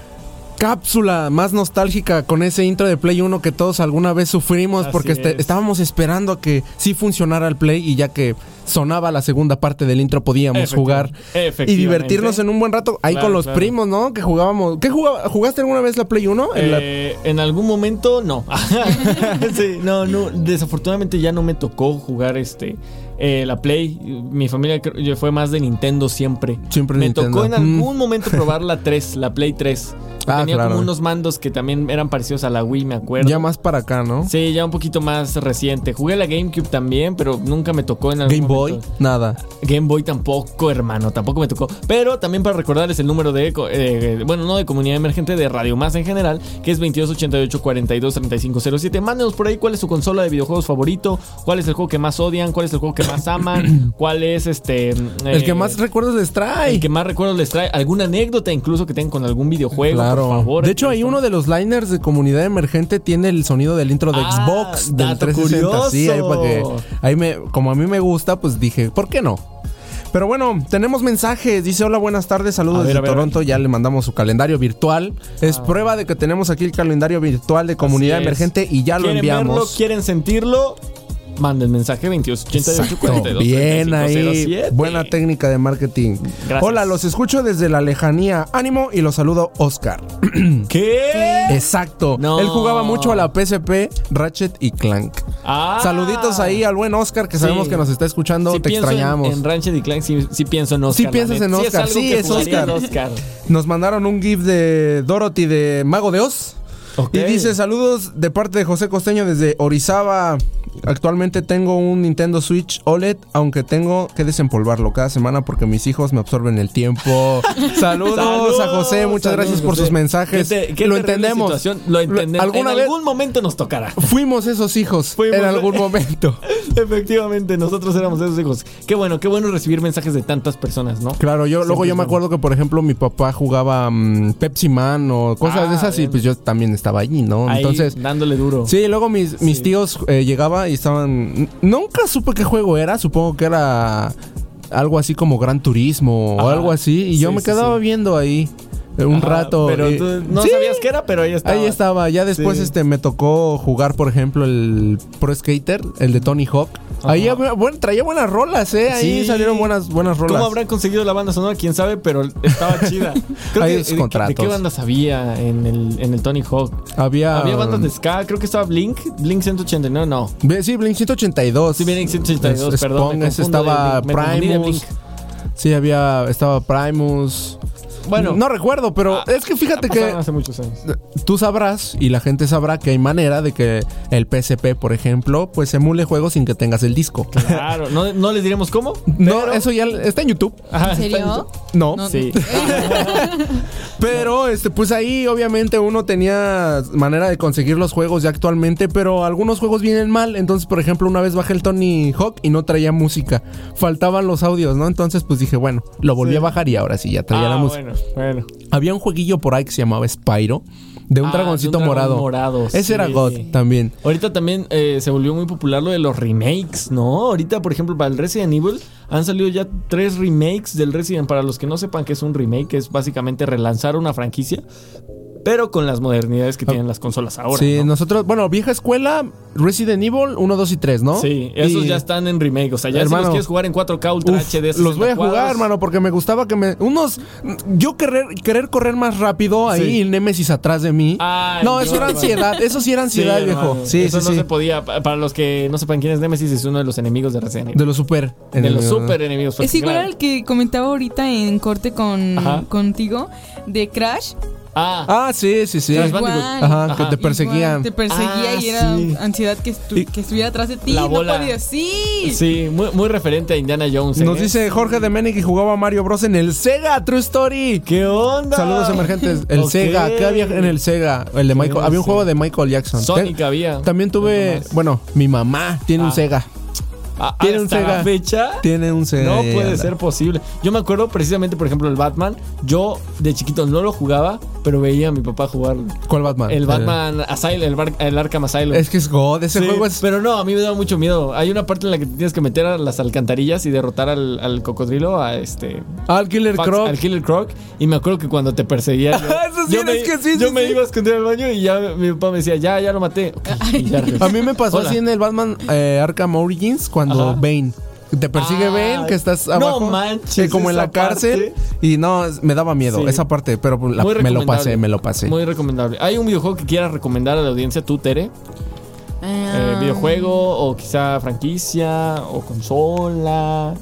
[SPEAKER 4] cápsula más nostálgica con ese intro de Play 1 que todos alguna vez sufrimos
[SPEAKER 1] Así
[SPEAKER 4] porque este-
[SPEAKER 1] es.
[SPEAKER 4] estábamos esperando a que sí funcionara el Play y ya que sonaba la segunda parte del intro podíamos
[SPEAKER 1] Efectiva-
[SPEAKER 4] jugar y
[SPEAKER 1] efectivamente.
[SPEAKER 4] divertirnos en un buen rato ahí
[SPEAKER 1] Claro,
[SPEAKER 4] con los
[SPEAKER 1] claro.
[SPEAKER 4] primos, ¿no? Que jugábamos. ¿Qué jugaba- jugaste alguna vez la Play 1? En la-
[SPEAKER 1] Eh, en algún momento no. Sí, no, no. Desafortunadamente ya no me tocó jugar este eh, la Play. Mi familia cre- yo fue más de Nintendo siempre.
[SPEAKER 4] Siempre
[SPEAKER 1] Me
[SPEAKER 4] Nintendo.
[SPEAKER 1] tocó en
[SPEAKER 4] Mm.
[SPEAKER 1] algún momento probar la 3, la Play 3.
[SPEAKER 4] Ah,
[SPEAKER 1] Tenía
[SPEAKER 4] claro.
[SPEAKER 1] como unos mandos que también eran parecidos a la Wii, me acuerdo.
[SPEAKER 4] Ya más para acá, ¿no?
[SPEAKER 1] Sí, ya un poquito más reciente. Jugué la GameCube también, pero nunca me tocó en algún
[SPEAKER 4] Game Boy,
[SPEAKER 1] momento.
[SPEAKER 4] nada.
[SPEAKER 1] Game Boy tampoco, hermano, tampoco me tocó. Pero también para recordarles el número de, co- eh, bueno, no de comunidad emergente, de Radio Más en general, que es 2288-423507. Mándenos por ahí cuál es su consola de videojuegos favorito, cuál es el juego que más odian, cuál es el juego que más aman, cuál es este...
[SPEAKER 4] el que más recuerdos les trae.
[SPEAKER 1] el que más recuerdos les trae, alguna anécdota incluso que tengan con algún videojuego, por favor.
[SPEAKER 4] De hecho, ahí uno de los liners de comunidad emergente tiene el sonido del intro de
[SPEAKER 1] Ah,
[SPEAKER 4] Xbox del
[SPEAKER 1] dato
[SPEAKER 4] 360. Sí, ahí para que.
[SPEAKER 1] curioso.
[SPEAKER 4] Ahí me, como a mí me gusta, pues dije, ¿por qué no? Pero bueno, tenemos mensajes. Dice, hola, buenas
[SPEAKER 1] A
[SPEAKER 4] tardes, saludos
[SPEAKER 1] ver,
[SPEAKER 4] desde
[SPEAKER 1] a ver, a
[SPEAKER 4] Toronto. Ya le mandamos su calendario virtual. Es prueba de que tenemos aquí el calendario virtual de comunidad
[SPEAKER 1] Así es.
[SPEAKER 4] emergente y ya lo
[SPEAKER 1] ¿Quieren
[SPEAKER 4] enviamos.
[SPEAKER 1] verlo? ¿Quieren sentirlo? Manden mensaje 2288
[SPEAKER 4] Exacto,
[SPEAKER 1] 42
[SPEAKER 4] Bien ahí.
[SPEAKER 1] 3507.
[SPEAKER 4] Buena técnica de marketing.
[SPEAKER 1] Gracias.
[SPEAKER 4] Hola, los escucho desde la lejanía. Ánimo y los saludo, Oscar.
[SPEAKER 1] ¿Qué?
[SPEAKER 4] Exacto.
[SPEAKER 1] No.
[SPEAKER 4] Él jugaba mucho a la PSP, Ratchet y Clank.
[SPEAKER 1] Ah.
[SPEAKER 4] Saluditos ahí al buen Oscar que sabemos
[SPEAKER 1] Sí.
[SPEAKER 4] que nos está escuchando.
[SPEAKER 1] Si
[SPEAKER 4] Te
[SPEAKER 1] pienso en-
[SPEAKER 4] extrañamos.
[SPEAKER 1] En, Rancho de Clank sí, sí pienso en Oscar.
[SPEAKER 4] Sí piensas
[SPEAKER 1] la
[SPEAKER 4] en
[SPEAKER 1] neta.
[SPEAKER 4] Oscar,
[SPEAKER 1] algo
[SPEAKER 4] sí,
[SPEAKER 1] que
[SPEAKER 4] es
[SPEAKER 1] jugaría en
[SPEAKER 4] Oscar. Nos mandaron un GIF de Dorothy de Mago de Oz.
[SPEAKER 1] Ok.
[SPEAKER 4] Y dice saludos de parte de José Costeño desde Orizaba. Actualmente tengo un Nintendo Switch OLED, aunque tengo que desempolvarlo cada semana porque mis hijos me absorben el tiempo. saludos,
[SPEAKER 1] Saludos
[SPEAKER 4] a José, muchas
[SPEAKER 1] saludos,
[SPEAKER 4] gracias por
[SPEAKER 1] José.
[SPEAKER 4] sus mensajes.
[SPEAKER 1] Qué te- qué
[SPEAKER 4] lo
[SPEAKER 1] terrible
[SPEAKER 4] entendemos.
[SPEAKER 1] situación, Lo entendemos.
[SPEAKER 4] ¿Alguna
[SPEAKER 1] en
[SPEAKER 4] vez
[SPEAKER 1] algún momento nos tocará.
[SPEAKER 4] fuimos esos hijos
[SPEAKER 1] Fuimos-
[SPEAKER 4] en algún momento?
[SPEAKER 1] Efectivamente, nosotros éramos esos hijos. Qué bueno, qué bueno recibir mensajes de tantas personas, ¿no?
[SPEAKER 4] Claro, yo luego yo me acuerdo que por ejemplo mi papá jugaba mm, Pepsi Man o cosas
[SPEAKER 1] Ah,
[SPEAKER 4] de esas y
[SPEAKER 1] bien.
[SPEAKER 4] pues yo también estaba allí, ¿no?
[SPEAKER 1] Ahí,
[SPEAKER 4] Entonces,
[SPEAKER 1] dándole duro.
[SPEAKER 4] sí, luego mis, mis tíos eh, llegaba y estaban nunca supe qué juego era, supongo que era algo así como Gran Turismo o
[SPEAKER 1] Ajá.
[SPEAKER 4] algo así y yo
[SPEAKER 1] Sí,
[SPEAKER 4] me
[SPEAKER 1] sí,
[SPEAKER 4] quedaba
[SPEAKER 1] sí.
[SPEAKER 4] viendo ahí eh, un
[SPEAKER 1] Ajá,
[SPEAKER 4] rato
[SPEAKER 1] Pero
[SPEAKER 4] y-
[SPEAKER 1] tú no
[SPEAKER 4] Sí,
[SPEAKER 1] sabías qué era, pero ahí estaba.
[SPEAKER 4] Ahí estaba, ya después
[SPEAKER 1] Sí.
[SPEAKER 4] este me tocó jugar, por ejemplo, el Pro Skater, el de Tony Hawk. Ahí
[SPEAKER 1] Ajá.
[SPEAKER 4] había- bueno, traía buenas rolas, eh, ahí
[SPEAKER 1] Sí.
[SPEAKER 4] salieron buenas buenas rolas.
[SPEAKER 1] ¿Cómo habrán conseguido la banda sonora? Quién sabe, pero estaba chida. Creo
[SPEAKER 4] Hay
[SPEAKER 1] que-
[SPEAKER 4] esos
[SPEAKER 1] de- ¿De qué
[SPEAKER 4] contratos.
[SPEAKER 1] bandas había en el, en el Tony Hawk?
[SPEAKER 4] Había,
[SPEAKER 1] Había bandas de ska, creo que estaba Blink, Blink 189, no.
[SPEAKER 4] Ve- Sí, Blink 182.
[SPEAKER 1] Sí, Blink 182,
[SPEAKER 4] Es-
[SPEAKER 1] perdón, me
[SPEAKER 4] Spong, ese
[SPEAKER 1] confundo de
[SPEAKER 4] estaba
[SPEAKER 1] Blink, me confundí de
[SPEAKER 4] Primus. Sí, había estaba Primus.
[SPEAKER 1] Bueno.
[SPEAKER 4] no recuerdo, pero
[SPEAKER 1] Ah,
[SPEAKER 4] es que fíjate que
[SPEAKER 1] Pasaron hace muchos años.
[SPEAKER 4] tú sabrás y la gente sabrá que hay manera de que el PSP, por ejemplo, pues emule juegos sin que tengas el disco.
[SPEAKER 1] Claro, no, no les diremos cómo. Ah,
[SPEAKER 4] No, eso ya está en YouTube.
[SPEAKER 1] Ajá,
[SPEAKER 5] ¿En serio?
[SPEAKER 4] No,
[SPEAKER 5] No.
[SPEAKER 1] Sí.
[SPEAKER 4] pero este pues ahí obviamente uno tenía manera de conseguir los juegos ya actualmente, pero algunos juegos vienen mal, entonces por ejemplo una vez bajé el Tony Hawk y no traía música, faltaban los audios, ¿no? Entonces pues dije, bueno, lo volví a bajar y ahora sí ya traía
[SPEAKER 1] Ah,
[SPEAKER 4] la música.
[SPEAKER 1] bueno, bueno.
[SPEAKER 4] Había un jueguillo por ahí que se llamaba Spyro, de un
[SPEAKER 1] Ah,
[SPEAKER 4] dragoncito
[SPEAKER 1] de un dragón
[SPEAKER 4] morado.
[SPEAKER 1] morado,
[SPEAKER 4] Ese
[SPEAKER 1] sí.
[SPEAKER 4] era God también.
[SPEAKER 1] Ahorita también eh, se volvió muy popular lo de los remakes, ¿no? Ahorita, por ejemplo, para el Resident Evil han salido ya tres remakes del Resident. Para los que no sepan que es un remake, es básicamente relanzar una franquicia, pero con las modernidades que tienen las consolas ahora.
[SPEAKER 4] Ah. sí,
[SPEAKER 1] ¿no?
[SPEAKER 4] nosotros, bueno, vieja escuela, Resident Evil 1, 2 y 3, ¿no?
[SPEAKER 1] Sí, esos
[SPEAKER 4] Y-
[SPEAKER 1] ya están en remake. O sea, ya si
[SPEAKER 4] Hermano.
[SPEAKER 1] los quieres jugar en 4K Ultra
[SPEAKER 4] Uf,
[SPEAKER 1] HD, 60
[SPEAKER 4] los voy a jugar,
[SPEAKER 1] cuadros,
[SPEAKER 4] hermano, porque me gustaba que me. Unos. Yo querer, querer correr más rápido ahí
[SPEAKER 1] Sí.
[SPEAKER 4] y Nemesis atrás de mí.
[SPEAKER 1] Ay,
[SPEAKER 4] no,
[SPEAKER 1] no,
[SPEAKER 4] eso era
[SPEAKER 1] hermano.
[SPEAKER 4] ansiedad. Eso sí era
[SPEAKER 1] Sí,
[SPEAKER 4] ansiedad,
[SPEAKER 1] hermano.
[SPEAKER 4] viejo. Sí,
[SPEAKER 1] Eso
[SPEAKER 4] sí,
[SPEAKER 1] no
[SPEAKER 4] sí.
[SPEAKER 1] se podía. Pa- Para los que no sepan quién es Nemesis, es uno de los enemigos de Resident
[SPEAKER 4] De
[SPEAKER 1] Evil.
[SPEAKER 4] los super. Eh,
[SPEAKER 1] De, los super enemigos.
[SPEAKER 5] Es
[SPEAKER 1] porque,
[SPEAKER 5] igual
[SPEAKER 1] claro.
[SPEAKER 5] al que comentaba ahorita en corte con,
[SPEAKER 1] Ajá.
[SPEAKER 5] contigo de Crash.
[SPEAKER 1] Ah,
[SPEAKER 4] Ah, sí, sí, sí.
[SPEAKER 1] Crash
[SPEAKER 5] Igual.
[SPEAKER 1] Bandicoot.
[SPEAKER 4] Ajá, que
[SPEAKER 1] Ajá.
[SPEAKER 4] te perseguían.
[SPEAKER 5] Igual, te perseguía
[SPEAKER 1] Ah,
[SPEAKER 5] y era
[SPEAKER 1] sí.
[SPEAKER 5] ansiedad que, estu-
[SPEAKER 4] Y-
[SPEAKER 5] que estuviera atrás de ti.
[SPEAKER 1] La
[SPEAKER 5] no
[SPEAKER 1] bola.
[SPEAKER 5] podías. Sí.
[SPEAKER 1] sí, muy, muy referente a Indiana Jones.
[SPEAKER 4] Nos
[SPEAKER 1] ¿eh?
[SPEAKER 4] dice Jorge de Meni que jugaba Mario Bros. en el Sega, True Story.
[SPEAKER 1] ¿Qué onda?
[SPEAKER 4] Saludos emergentes. El
[SPEAKER 1] Ok.
[SPEAKER 4] Sega, ¿qué había en el Sega? El de Michael. Había un
[SPEAKER 1] sí.
[SPEAKER 4] juego de Michael Jackson.
[SPEAKER 1] Sonic
[SPEAKER 4] Ten-
[SPEAKER 1] había.
[SPEAKER 4] También tuve.
[SPEAKER 1] Tomás.
[SPEAKER 4] Bueno, mi mamá tiene
[SPEAKER 1] Ah.
[SPEAKER 4] un Sega.
[SPEAKER 1] Ah,
[SPEAKER 4] tiene un
[SPEAKER 1] hasta la
[SPEAKER 4] Sega.
[SPEAKER 1] fecha?
[SPEAKER 4] Tiene un Sega.
[SPEAKER 1] No puede ser posible. Yo me acuerdo precisamente, por ejemplo, el Batman. Yo de chiquito no lo jugaba, pero veía a mi papá jugarlo.
[SPEAKER 4] ¿Cuál Batman? Eh,
[SPEAKER 1] El Batman Asylum, el, Bar- el Arkham Asylum.
[SPEAKER 4] Es que es God,
[SPEAKER 1] Sí,
[SPEAKER 4] ese Este juego es.
[SPEAKER 1] Pero no, a mí me da mucho miedo. Hay una parte en la que te tienes que meter a las alcantarillas y derrotar al, al cocodrilo, a este.
[SPEAKER 4] Ah, el Killer
[SPEAKER 1] Fox,
[SPEAKER 4] Croc. Ah,
[SPEAKER 1] Al Killer Croc. Y me acuerdo que cuando te perseguía. Yo,
[SPEAKER 4] Eso sí,
[SPEAKER 1] yo
[SPEAKER 4] es
[SPEAKER 1] me,
[SPEAKER 4] que sí,
[SPEAKER 1] yo
[SPEAKER 4] sí,
[SPEAKER 1] me
[SPEAKER 4] sí.
[SPEAKER 1] iba a esconder al baño y ya mi papá me decía, ya, ya lo maté. Ok, y ya regresé.
[SPEAKER 4] A mí me pasó
[SPEAKER 1] Hola.
[SPEAKER 4] así en el Batman eh, Arkham Origins cuando
[SPEAKER 1] Ajá.
[SPEAKER 4] Bane. Te persigue
[SPEAKER 1] Ah,
[SPEAKER 4] Bane, que estás
[SPEAKER 1] no
[SPEAKER 4] abajo.
[SPEAKER 1] manches,
[SPEAKER 4] eh, como en
[SPEAKER 1] esa
[SPEAKER 4] la cárcel.
[SPEAKER 1] parte.
[SPEAKER 4] Y no, es- me daba miedo
[SPEAKER 1] Sí.
[SPEAKER 4] esa parte, pero la-
[SPEAKER 1] Muy
[SPEAKER 4] me lo
[SPEAKER 1] recomendable.
[SPEAKER 4] pasé, me lo pasé.
[SPEAKER 1] Muy recomendable. ¿Hay un videojuego que quieras recomendar a la audiencia, tú, Tere?
[SPEAKER 5] Ah.
[SPEAKER 1] Eh, videojuego, o quizá franquicia, o consola,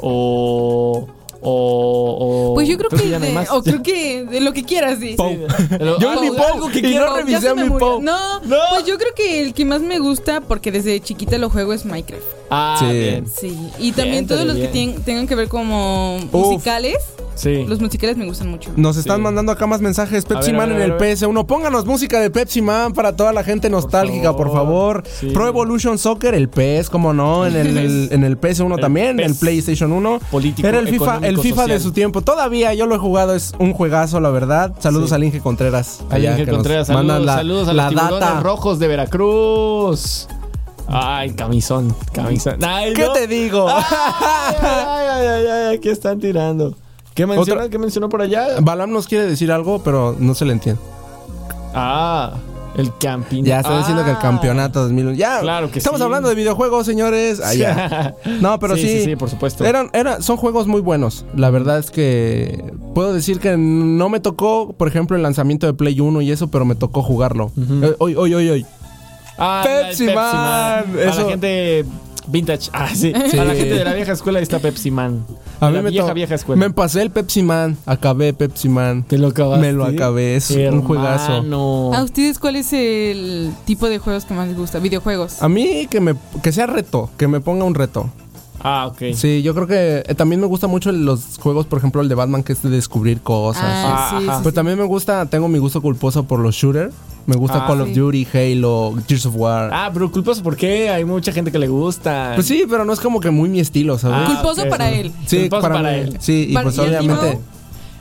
[SPEAKER 1] o. o, o-
[SPEAKER 5] Pues yo creo, que,
[SPEAKER 1] ya no hay
[SPEAKER 5] de,
[SPEAKER 1] más.
[SPEAKER 5] o creo que de lo que quieras, sí.
[SPEAKER 1] Pero-
[SPEAKER 4] Yo
[SPEAKER 1] ah,
[SPEAKER 4] ni
[SPEAKER 1] o-
[SPEAKER 4] Pou,
[SPEAKER 1] algo que
[SPEAKER 4] y
[SPEAKER 1] quiero-
[SPEAKER 4] no revisé
[SPEAKER 5] Ya se
[SPEAKER 4] a
[SPEAKER 5] me
[SPEAKER 4] mi
[SPEAKER 5] murió.
[SPEAKER 4] Pou.
[SPEAKER 5] No,
[SPEAKER 1] No.
[SPEAKER 5] pues yo creo que el que más me gusta, porque desde chiquita lo juego, es Minecraft.
[SPEAKER 1] Ah,
[SPEAKER 4] Sí.
[SPEAKER 1] bien.
[SPEAKER 5] Sí. Y
[SPEAKER 1] Bien,
[SPEAKER 5] también todos los que
[SPEAKER 1] bien.
[SPEAKER 5] tienen- tengan que ver como
[SPEAKER 4] Uf.
[SPEAKER 5] musicales.
[SPEAKER 1] Sí.
[SPEAKER 5] Los musicales me gustan mucho.
[SPEAKER 4] Nos están
[SPEAKER 1] Sí.
[SPEAKER 4] mandando acá más mensajes. Pepsi
[SPEAKER 1] ver, a
[SPEAKER 4] Man
[SPEAKER 1] ver,
[SPEAKER 4] en
[SPEAKER 1] a
[SPEAKER 4] el
[SPEAKER 1] ver.
[SPEAKER 4] PS1. Pónganos música de Pepsi Man para toda la gente nostálgica, por favor.
[SPEAKER 1] favor. Sí.
[SPEAKER 4] Pro Evolution Soccer, el PES, cómo no. En el, en el PS1
[SPEAKER 1] El
[SPEAKER 4] también, en el
[SPEAKER 1] PES.
[SPEAKER 4] PlayStation 1.
[SPEAKER 1] Político,
[SPEAKER 4] Era el FIFA, el
[SPEAKER 1] económico,
[SPEAKER 4] FIFA de
[SPEAKER 1] social.
[SPEAKER 4] su tiempo. Todavía yo lo he jugado, es un juegazo, la verdad. Saludos
[SPEAKER 1] Sí.
[SPEAKER 4] al Inge Contreras.
[SPEAKER 1] Al
[SPEAKER 4] allá,
[SPEAKER 1] Ángel
[SPEAKER 4] que nos
[SPEAKER 1] Contreras,
[SPEAKER 4] mandan
[SPEAKER 1] saludos,
[SPEAKER 4] la-
[SPEAKER 1] saludos a
[SPEAKER 4] la
[SPEAKER 1] los tiburones
[SPEAKER 4] data.
[SPEAKER 1] rojos de Veracruz. Ay, camisón, camisón. Ay,
[SPEAKER 4] ¿Qué
[SPEAKER 1] no.
[SPEAKER 4] te digo?
[SPEAKER 1] Ay, ay, ay, ay, ay, aquí están tirando. ¿Qué mencionó? ¿Qué mencionó por allá?
[SPEAKER 4] Balam nos quiere decir algo, pero no se le entiende.
[SPEAKER 1] Ah, el camping.
[SPEAKER 4] Ya está diciendo que el
[SPEAKER 1] Ah.
[SPEAKER 4] campeonato 2000. Ya.
[SPEAKER 1] Claro que
[SPEAKER 4] Estamos
[SPEAKER 1] sí.
[SPEAKER 4] hablando de videojuegos, señores. Ah, ya. No, pero sí.
[SPEAKER 1] Sí, sí, sí, por supuesto.
[SPEAKER 4] Eran, era- son juegos muy buenos. La verdad es que puedo decir que no me tocó, por ejemplo, el lanzamiento de Play 1 y eso, pero me tocó jugarlo. Eh, Hoy, hoy, hoy, hoy.
[SPEAKER 1] Ah, el
[SPEAKER 4] Pepsi Man.
[SPEAKER 1] Para
[SPEAKER 4] Eso-
[SPEAKER 1] la gente vintage. Ah, sí.
[SPEAKER 4] Sí.
[SPEAKER 1] Para la gente de la vieja escuela ahí está Pepsi Man. De la
[SPEAKER 4] me
[SPEAKER 1] vieja,
[SPEAKER 4] to-
[SPEAKER 1] vieja escuela.
[SPEAKER 4] Me pasé el Pepsi Man. Acabé Pepsi Man.
[SPEAKER 1] ¿Te lo acabaste?
[SPEAKER 4] Me lo acabé, es un
[SPEAKER 1] Hermano.
[SPEAKER 5] ¿A ustedes cuál es el tipo de juegos que más les gusta? Videojuegos.
[SPEAKER 4] A mí que me que sea reto, que me ponga un reto.
[SPEAKER 1] Ah, ok.
[SPEAKER 4] Sí, yo creo que eh, también me gusta mucho los juegos, por ejemplo, el de Batman, que es de descubrir cosas.
[SPEAKER 5] Ah, sí,
[SPEAKER 1] Ajá.
[SPEAKER 5] sí,
[SPEAKER 4] Pero
[SPEAKER 5] sí.
[SPEAKER 4] Pues también me gusta, tengo mi gusto culposo por los shooters. Me gusta
[SPEAKER 1] Ah,
[SPEAKER 4] Call of
[SPEAKER 5] sí.
[SPEAKER 4] Duty, Halo, Gears of War.
[SPEAKER 1] Ah, pero culposo, ¿por qué? Hay mucha gente que le gusta.
[SPEAKER 4] Pues sí, pero no es como que muy mi estilo, ¿sabes?
[SPEAKER 1] Ah,
[SPEAKER 5] Culposo
[SPEAKER 1] ok.
[SPEAKER 5] para él.
[SPEAKER 4] sí,
[SPEAKER 1] culposo para
[SPEAKER 4] mí.
[SPEAKER 1] él.
[SPEAKER 4] Sí, y
[SPEAKER 5] Para-
[SPEAKER 4] pues
[SPEAKER 5] ¿y a ti
[SPEAKER 4] obviamente.
[SPEAKER 5] no?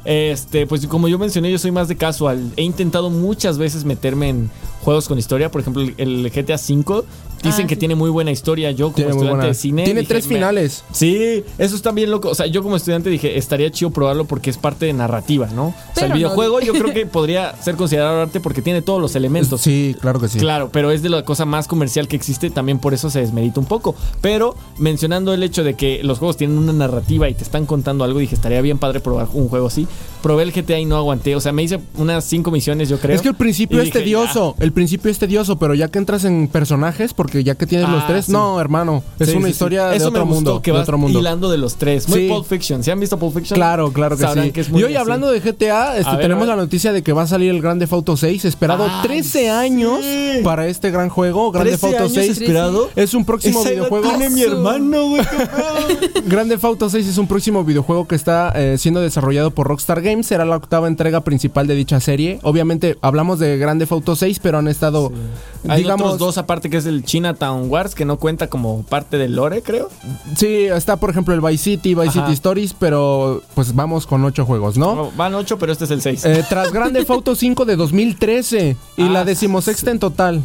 [SPEAKER 1] Este, pues como yo mencioné, yo soy más de casual. He intentado muchas veces meterme en juegos con historia. Por ejemplo, el- el GTA V. Dicen
[SPEAKER 5] Ah,
[SPEAKER 1] que
[SPEAKER 5] sí.
[SPEAKER 1] tiene muy buena historia. Yo, como
[SPEAKER 4] Tiene muy
[SPEAKER 1] estudiante
[SPEAKER 4] buena-
[SPEAKER 1] de cine.
[SPEAKER 4] Tiene
[SPEAKER 1] dije,
[SPEAKER 4] tres
[SPEAKER 1] "Me-
[SPEAKER 4] finales.
[SPEAKER 1] Sí, eso está bien loco. O sea, yo como estudiante dije, estaría chido probarlo porque es parte de narrativa, ¿no? o sea,
[SPEAKER 5] Pero
[SPEAKER 1] el
[SPEAKER 5] no.
[SPEAKER 1] videojuego yo creo que podría ser considerado arte porque tiene todos los elementos.
[SPEAKER 4] Sí, claro que sí.
[SPEAKER 1] Claro, pero es de la cosa más comercial que existe, también por eso se desmerita un poco. Pero mencionando el hecho de que los juegos tienen una narrativa y te están contando algo, dije, estaría bien padre probar un juego así. Probé el GTA y no aguanté, o sea, me hice unas cinco misiones, yo creo.
[SPEAKER 4] Es que el
[SPEAKER 1] Y
[SPEAKER 4] principio es
[SPEAKER 1] dije,
[SPEAKER 4] tedioso, el principio es tedioso, pero ya que entras en personajes, porque ya que tienes los
[SPEAKER 1] Ah,
[SPEAKER 4] tres,
[SPEAKER 1] sí.
[SPEAKER 4] no, hermano,
[SPEAKER 1] ya.
[SPEAKER 4] es
[SPEAKER 1] Sí,
[SPEAKER 4] una
[SPEAKER 1] sí, sí.
[SPEAKER 4] historia de
[SPEAKER 1] Eso
[SPEAKER 4] otro
[SPEAKER 1] me gustó,
[SPEAKER 4] mundo,
[SPEAKER 1] que
[SPEAKER 4] de
[SPEAKER 1] vas
[SPEAKER 4] otro mundo.
[SPEAKER 1] hilando de los tres. Muy
[SPEAKER 4] Sí.
[SPEAKER 1] Pulp Fiction. ¿Se han visto Pulp Fiction?
[SPEAKER 4] Claro, claro que
[SPEAKER 1] Sabrán
[SPEAKER 4] sí.
[SPEAKER 1] que es muy
[SPEAKER 4] y hoy
[SPEAKER 1] así.
[SPEAKER 4] hablando de GTA, este,
[SPEAKER 1] A ver,
[SPEAKER 4] tenemos
[SPEAKER 1] a ver.
[SPEAKER 4] la noticia de que va a salir el Grande Auto 6, esperado
[SPEAKER 1] Ay,
[SPEAKER 4] 13 años
[SPEAKER 1] sí.
[SPEAKER 4] para este gran juego, Grande
[SPEAKER 1] 13
[SPEAKER 4] Auto
[SPEAKER 1] años
[SPEAKER 4] 6.
[SPEAKER 1] esperado.
[SPEAKER 4] Es un próximo
[SPEAKER 1] Esa edad
[SPEAKER 4] videojuego.
[SPEAKER 1] tiene mi hermano, güey. qué pedo.
[SPEAKER 4] Grande Auto 6 es un próximo videojuego que está eh, siendo desarrollado por Rockstar Games. Será la octava entrega principal de dicha serie. Obviamente hablamos de Grande Auto 6, pero han estado,
[SPEAKER 1] Hay
[SPEAKER 4] digamos,
[SPEAKER 1] otros dos aparte que es el Chinatown Wars, que no cuenta como parte del lore, creo.
[SPEAKER 4] sí, está por ejemplo el Vice City, Vice
[SPEAKER 1] Ajá.
[SPEAKER 4] City Stories, pero pues vamos con ocho juegos, ¿no?
[SPEAKER 1] Van ocho, pero este es el seis.
[SPEAKER 4] Eh, tras Grande Auto 5 de 2013 y
[SPEAKER 1] Ah,
[SPEAKER 4] la decimosexta en total.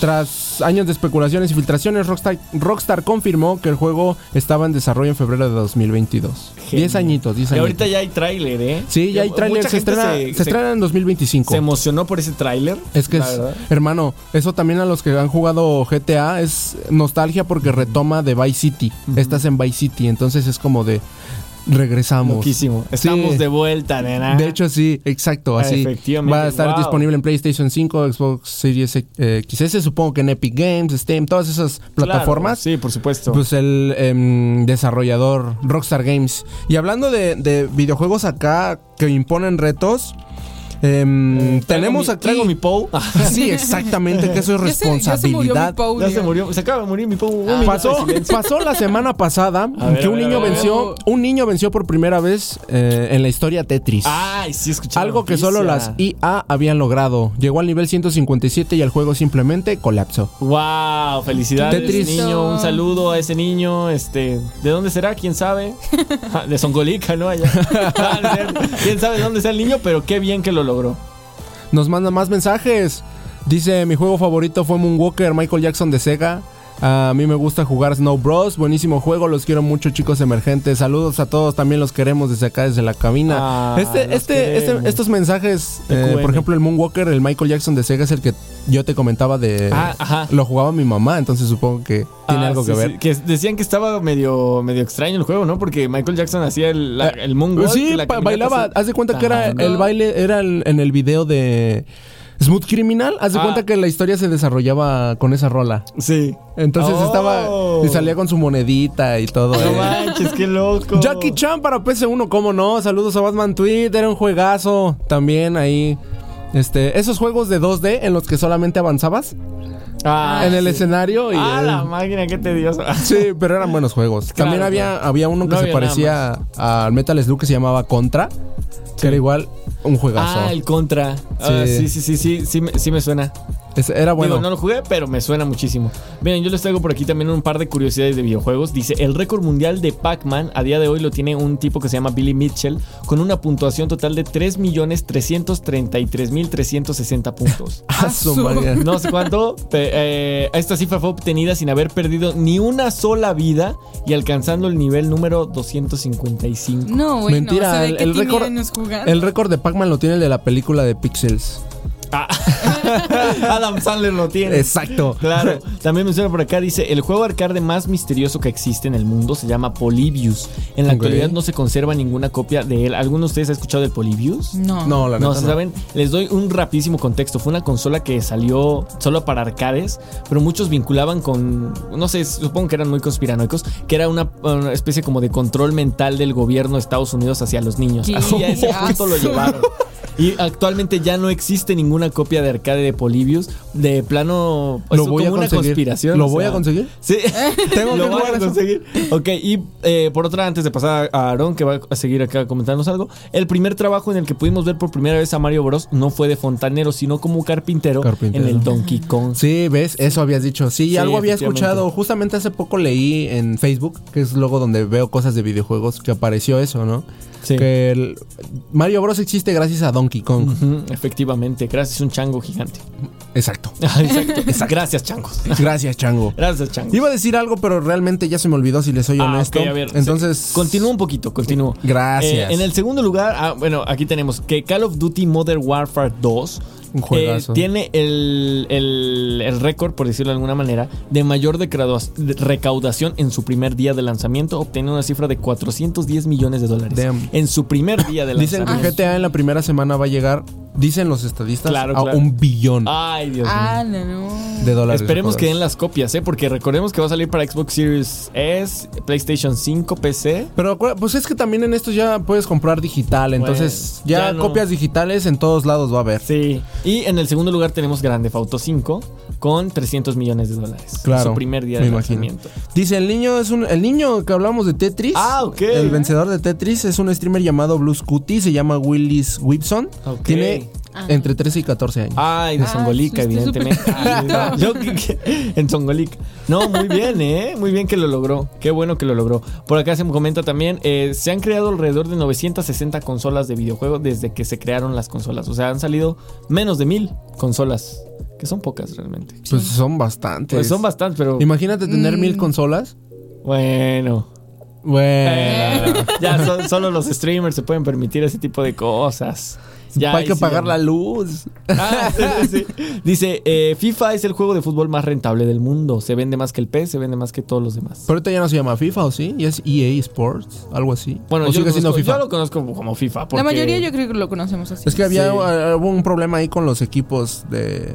[SPEAKER 4] Tras años de especulaciones y filtraciones, Rockstar, Rockstar confirmó que el juego estaba en desarrollo en febrero de 2022. 10 añitos, 10
[SPEAKER 1] Y
[SPEAKER 4] añitos.
[SPEAKER 1] ahorita ya hay tráiler, ¿eh?
[SPEAKER 4] sí, ya hay tráiler.
[SPEAKER 1] Mucha
[SPEAKER 4] Se
[SPEAKER 1] gente
[SPEAKER 4] estrena, se
[SPEAKER 1] se,
[SPEAKER 4] estrena en 2025.
[SPEAKER 1] se emocionó por ese tráiler.
[SPEAKER 4] es que,
[SPEAKER 1] la
[SPEAKER 4] es,
[SPEAKER 1] verdad.
[SPEAKER 4] hermano, eso también a los que han jugado GTA es nostalgia porque retoma de Vice City. Estás en Vice City, entonces es como de regresamos.
[SPEAKER 1] Loquísimo.
[SPEAKER 4] Sí.
[SPEAKER 1] Estamos de vuelta, nena.
[SPEAKER 4] De hecho, sí, exacto,
[SPEAKER 1] Ah,
[SPEAKER 4] así.
[SPEAKER 1] efectivamente,
[SPEAKER 4] Va a estar
[SPEAKER 1] wow.
[SPEAKER 4] disponible en PlayStation 5, Xbox Series eh, XS, supongo que en Epic Games, Steam, todas esas
[SPEAKER 1] Claro,
[SPEAKER 4] plataformas.
[SPEAKER 1] sí, por supuesto.
[SPEAKER 4] Pues el em, desarrollador Rockstar Games. Y hablando de, de videojuegos acá que imponen retos, em,
[SPEAKER 1] Eh, traigo
[SPEAKER 4] tenemos
[SPEAKER 1] mi-
[SPEAKER 4] aquí.
[SPEAKER 1] Traigo mi Pou.
[SPEAKER 4] Sí, exactamente, que eso es
[SPEAKER 5] Ya se- ya se murió mi
[SPEAKER 4] responsabilidad.
[SPEAKER 5] Paul,
[SPEAKER 1] ya se
[SPEAKER 5] digamos.
[SPEAKER 1] murió. Se acaba de morir mi Pou. Un minuto de
[SPEAKER 4] Pasó,
[SPEAKER 1] silencio.
[SPEAKER 4] pasó la semana pasada
[SPEAKER 1] A ver,
[SPEAKER 4] que
[SPEAKER 1] a
[SPEAKER 4] un
[SPEAKER 1] ver,
[SPEAKER 4] niño
[SPEAKER 1] a ver.
[SPEAKER 4] venció, un niño venció por primera vez eh, en la historia Tetris.
[SPEAKER 1] Ay, sí, escuché. la
[SPEAKER 4] Algo que
[SPEAKER 1] Ah, noticia.
[SPEAKER 4] solo las IA habían logrado. Llegó al nivel 157 y el juego simplemente colapsó.
[SPEAKER 1] Wow, felicidades
[SPEAKER 4] Tetris.
[SPEAKER 1] niño, un saludo a ese niño, este, ¿de dónde será? ¿Quién sabe? Ah, De Songolica, ¿no? Allá. Ah, no es cierto. ¿Quién sabe de dónde sea el niño? Pero qué bien que lo logró.
[SPEAKER 4] Nos manda más mensajes. Dice, mi juego favorito fue Moonwalker, Michael Jackson de Sega. A mí me gusta jugar Snow Bros. Buenísimo juego, los quiero mucho, chicos emergentes. Saludos a todos, también los queremos desde acá, desde la cabina.
[SPEAKER 1] Ah,
[SPEAKER 4] este,
[SPEAKER 1] los
[SPEAKER 4] este, este-
[SPEAKER 1] queremos.
[SPEAKER 4] estos mensajes, eh,
[SPEAKER 1] TQM.
[SPEAKER 4] por ejemplo, el Moonwalker, el Michael Jackson de Sega es el que yo te comentaba de.
[SPEAKER 1] Ah, ajá.
[SPEAKER 4] Lo jugaba mi mamá, entonces supongo que tiene
[SPEAKER 1] Ah,
[SPEAKER 4] algo
[SPEAKER 1] sí,
[SPEAKER 4] que ver.
[SPEAKER 1] sí, que decían que estaba medio, medio extraño el juego, ¿no? Porque Michael Jackson hacía el, la-
[SPEAKER 4] Eh,
[SPEAKER 1] el moonwalk.
[SPEAKER 4] Sí,
[SPEAKER 1] la
[SPEAKER 4] pa-
[SPEAKER 1] caminata
[SPEAKER 4] bailaba.
[SPEAKER 1] así.
[SPEAKER 4] Haz de cuenta que era
[SPEAKER 1] Ajá.
[SPEAKER 4] el baile, era el- en el video de Smooth Criminal. Haz de
[SPEAKER 1] Ah.
[SPEAKER 4] cuenta que la historia se desarrollaba con esa rola.
[SPEAKER 1] Sí.
[SPEAKER 4] Entonces
[SPEAKER 1] Oh.
[SPEAKER 4] estaba. Y salía con su monedita y todo.
[SPEAKER 1] No
[SPEAKER 4] eh.
[SPEAKER 1] manches, qué loco.
[SPEAKER 4] Jackie Chan para PC1, cómo no. Saludos a Batman Tweet, era un juegazo. También ahí. Este, esos juegos de 2D en los que solamente avanzabas
[SPEAKER 1] Ah,
[SPEAKER 4] en el
[SPEAKER 1] sí.
[SPEAKER 4] escenario y.
[SPEAKER 1] Ah,
[SPEAKER 4] eh,
[SPEAKER 1] la máquina, qué tedioso.
[SPEAKER 4] Sí, pero eran buenos juegos.
[SPEAKER 1] Claro,
[SPEAKER 4] También había,
[SPEAKER 1] claro.
[SPEAKER 4] había uno que
[SPEAKER 1] No
[SPEAKER 4] se
[SPEAKER 1] había
[SPEAKER 4] parecía al Metal Slug que se llamaba Contra, que era igual un juegazo.
[SPEAKER 1] Ah, el contra. Ah, Sí,
[SPEAKER 4] Sí.
[SPEAKER 1] sí, sí, sí, sí, me- sí me suena.
[SPEAKER 4] Ese era bueno.
[SPEAKER 1] Digo, no lo jugué, pero me suena muchísimo. Miren, yo les traigo por aquí también un par de curiosidades de videojuegos. Dice, el récord mundial de Pac-Man a día de hoy lo tiene un tipo que se llama Billy Mitchell con una puntuación total de 3.333.360 puntos.
[SPEAKER 4] Ah, su madre.
[SPEAKER 1] No sé cuánto. pe- eh, esta cifra fue obtenida sin haber perdido ni una sola vida y alcanzando el nivel número 255.
[SPEAKER 5] No, güey.
[SPEAKER 4] Mentira,
[SPEAKER 5] no, o sea,
[SPEAKER 4] el-
[SPEAKER 5] ¿de qué
[SPEAKER 4] el
[SPEAKER 5] tiene
[SPEAKER 4] récord-
[SPEAKER 5] años jugando?
[SPEAKER 4] El récord de Pac-Man lo tiene el de la película de Pixels.
[SPEAKER 1] Ah, Adam Sandler lo tiene.
[SPEAKER 4] Exacto.
[SPEAKER 1] Claro, también menciona por acá, dice, el juego arcade más misterioso que existe en el mundo se llama Polybius. En la
[SPEAKER 4] Ok.
[SPEAKER 1] actualidad no se conserva ninguna copia de él. ¿Alguno de ustedes ha escuchado de Polybius?
[SPEAKER 5] No.
[SPEAKER 4] No, la
[SPEAKER 1] No,
[SPEAKER 4] neta
[SPEAKER 1] ¿se ¿saben? Les doy un rapidísimo contexto. Fue una consola que salió solo para arcades, pero muchos vinculaban con, no sé, supongo que eran muy conspiranoicos, que era una, una especie como de control mental del gobierno de Estados Unidos hacia los niños.
[SPEAKER 5] Qué
[SPEAKER 1] Así a ese punto lo
[SPEAKER 5] asco.
[SPEAKER 1] llevaron. Y actualmente ya no existe ninguna copia de arcade de Polybius. De plano,
[SPEAKER 4] Lo
[SPEAKER 1] es
[SPEAKER 4] voy a
[SPEAKER 1] como una
[SPEAKER 4] conseguir.
[SPEAKER 1] conspiración.
[SPEAKER 4] ¿Lo
[SPEAKER 1] o
[SPEAKER 4] voy a
[SPEAKER 1] sea,
[SPEAKER 4] conseguir?
[SPEAKER 1] Sí,
[SPEAKER 4] Tengo
[SPEAKER 1] lo
[SPEAKER 4] que
[SPEAKER 1] voy
[SPEAKER 4] jugar
[SPEAKER 1] a
[SPEAKER 4] eso.
[SPEAKER 1] conseguir. Ok, y eh, por otra, antes de pasar a Aarón, que va a seguir acá comentarnos algo, el primer trabajo en el que pudimos ver por primera vez a Mario Bros. no fue de fontanero, sino como carpintero,
[SPEAKER 4] Carpintero.
[SPEAKER 1] en el Donkey Kong.
[SPEAKER 4] Sí, ves, eso habías dicho. Sí,
[SPEAKER 1] Sí,
[SPEAKER 4] algo había
[SPEAKER 1] efectivamente.
[SPEAKER 4] escuchado. Justamente hace poco leí en Facebook, que es luego donde veo cosas de videojuegos, que apareció eso, ¿no?
[SPEAKER 1] Sí.
[SPEAKER 4] Que el- Mario Bros existe gracias a Donkey Kong.
[SPEAKER 1] Ujú, efectivamente, gracias, un chango gigante. Ah,
[SPEAKER 4] Exacto.
[SPEAKER 1] Exacto. Gracias, changos.
[SPEAKER 4] Gracias, Chango.
[SPEAKER 1] Gracias, changos.
[SPEAKER 4] Iba a decir algo, pero realmente ya se me olvidó si le soy
[SPEAKER 1] Ah,
[SPEAKER 4] honesto.
[SPEAKER 1] ok, a ver,
[SPEAKER 4] Entonces,
[SPEAKER 1] sí. continúa un poquito, continúo.
[SPEAKER 4] Gracias.
[SPEAKER 1] Eh, en el segundo lugar, ah, bueno, aquí tenemos que Call of Duty Modern Warfare 2
[SPEAKER 4] Un juegazo.
[SPEAKER 1] tiene el, el- el récord, por decirlo de alguna manera, de mayor decradua- de- recaudación en su primer día de lanzamiento, obteniendo una cifra de 410 millones de dólares.
[SPEAKER 4] Damn.
[SPEAKER 1] En su primer día de
[SPEAKER 4] Dicen
[SPEAKER 1] lanzamiento.
[SPEAKER 4] que GTA en la primera semana va a llegar, dicen los estadistas,
[SPEAKER 1] Claro,
[SPEAKER 4] a
[SPEAKER 1] claro.
[SPEAKER 4] un billón
[SPEAKER 1] Ay, Dios mío.
[SPEAKER 5] Ah, no, no.
[SPEAKER 4] de dólares.
[SPEAKER 1] Esperemos que den
[SPEAKER 4] en
[SPEAKER 1] las copias, ¿eh? porque recordemos que va a salir para Xbox Series S, PlayStation 5, PC.
[SPEAKER 4] Pero acuer- pues es que también en estos ya puedes comprar digital, entonces
[SPEAKER 1] Bueno,
[SPEAKER 4] ya,
[SPEAKER 1] Pues, ya no.
[SPEAKER 4] copias digitales en todos lados va a haber.
[SPEAKER 1] Sí. Y en el segundo lugar tenemos Grande Auto 5 con 300 millones de dólares.
[SPEAKER 4] Claro.
[SPEAKER 1] Su primer día
[SPEAKER 4] me
[SPEAKER 1] de
[SPEAKER 4] imagino.
[SPEAKER 1] lanzamiento.
[SPEAKER 4] Dice, el niño es un el niño que hablamos de Tetris.
[SPEAKER 1] Ah, ok.
[SPEAKER 4] El vencedor de Tetris es un streamer llamado Blue Scooty, se llama Willis Whipson.
[SPEAKER 1] Ok.
[SPEAKER 4] Tiene entre 13 y 14 años.
[SPEAKER 1] Ay, de
[SPEAKER 5] Ah,
[SPEAKER 1] Zongolica,
[SPEAKER 5] sí, está
[SPEAKER 1] evidentemente.
[SPEAKER 5] súper
[SPEAKER 1] Ah, Yo que- que- en Zongolica. No, muy bien, ¿eh? Muy bien que lo logró. Qué bueno que lo logró. Por acá se me comenta también, eh, se han creado alrededor de 960 consolas de videojuegos desde que se crearon las consolas. O sea, han salido menos de mil consolas, que son pocas realmente.
[SPEAKER 4] Pues son bastantes.
[SPEAKER 1] Pues son bastantes, pero
[SPEAKER 4] Imagínate tener mil consolas.
[SPEAKER 1] bueno.
[SPEAKER 4] Bueno.
[SPEAKER 1] Eh, ya so- solo los streamers se pueden permitir ese tipo de cosas. Ya
[SPEAKER 4] hay
[SPEAKER 1] ahí
[SPEAKER 4] que
[SPEAKER 1] sí
[SPEAKER 4] pagar
[SPEAKER 1] ya
[SPEAKER 4] la
[SPEAKER 1] no.
[SPEAKER 4] luz.
[SPEAKER 1] Ah, sí, sí, sí. Dice, eh, FIFA es el juego de fútbol más rentable del mundo. Se vende más que el PES, se vende más que todos los demás.
[SPEAKER 4] Pero ahorita ya no se llama FIFA, ¿o sí? Ya es EA Sports, algo así.
[SPEAKER 1] Bueno,
[SPEAKER 4] ¿O
[SPEAKER 1] yo
[SPEAKER 4] sigue
[SPEAKER 1] lo,
[SPEAKER 4] siendo
[SPEAKER 1] conozco,
[SPEAKER 4] FIFA.
[SPEAKER 1] yo lo conozco como FIFA.
[SPEAKER 5] La
[SPEAKER 1] porque-
[SPEAKER 5] mayoría yo creo que lo conocemos así.
[SPEAKER 4] Es que
[SPEAKER 1] Sí.
[SPEAKER 4] había uh, hubo un problema ahí con los equipos de...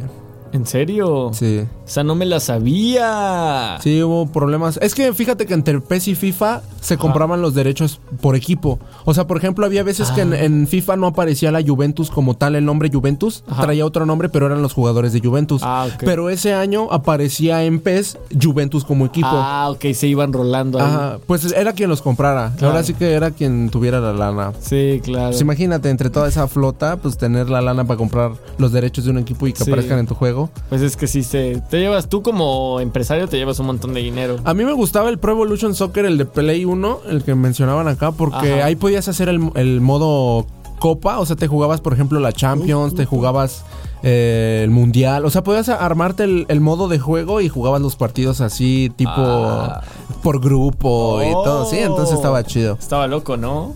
[SPEAKER 1] ¿En serio?
[SPEAKER 4] Sí.
[SPEAKER 1] O sea, no me la sabía.
[SPEAKER 4] Sí, hubo problemas. Es que fíjate que entre PES y FIFA se compraban los derechos por equipo. O sea, por ejemplo, había veces que
[SPEAKER 1] Ah.
[SPEAKER 4] en, en FIFA no aparecía la Juventus como tal, el nombre Juventus.
[SPEAKER 1] Ajá.
[SPEAKER 4] Traía otro nombre, pero eran los jugadores de Juventus.
[SPEAKER 1] Ah, ok.
[SPEAKER 4] Pero ese año aparecía en PES Juventus como equipo.
[SPEAKER 1] Ah, ok, se iban rolando ahí.
[SPEAKER 4] Ajá, pues era quien los comprara.
[SPEAKER 1] Claro.
[SPEAKER 4] Ahora sí que era quien tuviera la lana.
[SPEAKER 1] Sí, claro.
[SPEAKER 4] Pues imagínate, entre toda esa flota, pues tener la lana para comprar los derechos de un equipo y que
[SPEAKER 1] Sí.
[SPEAKER 4] aparezcan en tu juego.
[SPEAKER 1] Pues es que sí, se, te llevas, tú como empresario te llevas un montón de dinero.
[SPEAKER 4] A mí me gustaba el Pro Evolution Soccer, el de Play 1, el que mencionaban acá, porque
[SPEAKER 1] Ajá.
[SPEAKER 4] ahí podías hacer el, el modo copa, o sea, te jugabas, por ejemplo, la Champions, te jugabas eh, el Mundial, o sea, podías armarte el, el modo de juego y jugabas los partidos así, tipo
[SPEAKER 1] Ah.
[SPEAKER 4] por grupo y todo, sí, entonces
[SPEAKER 1] Oh.
[SPEAKER 4] estaba chido.
[SPEAKER 1] Estaba loco, ¿no?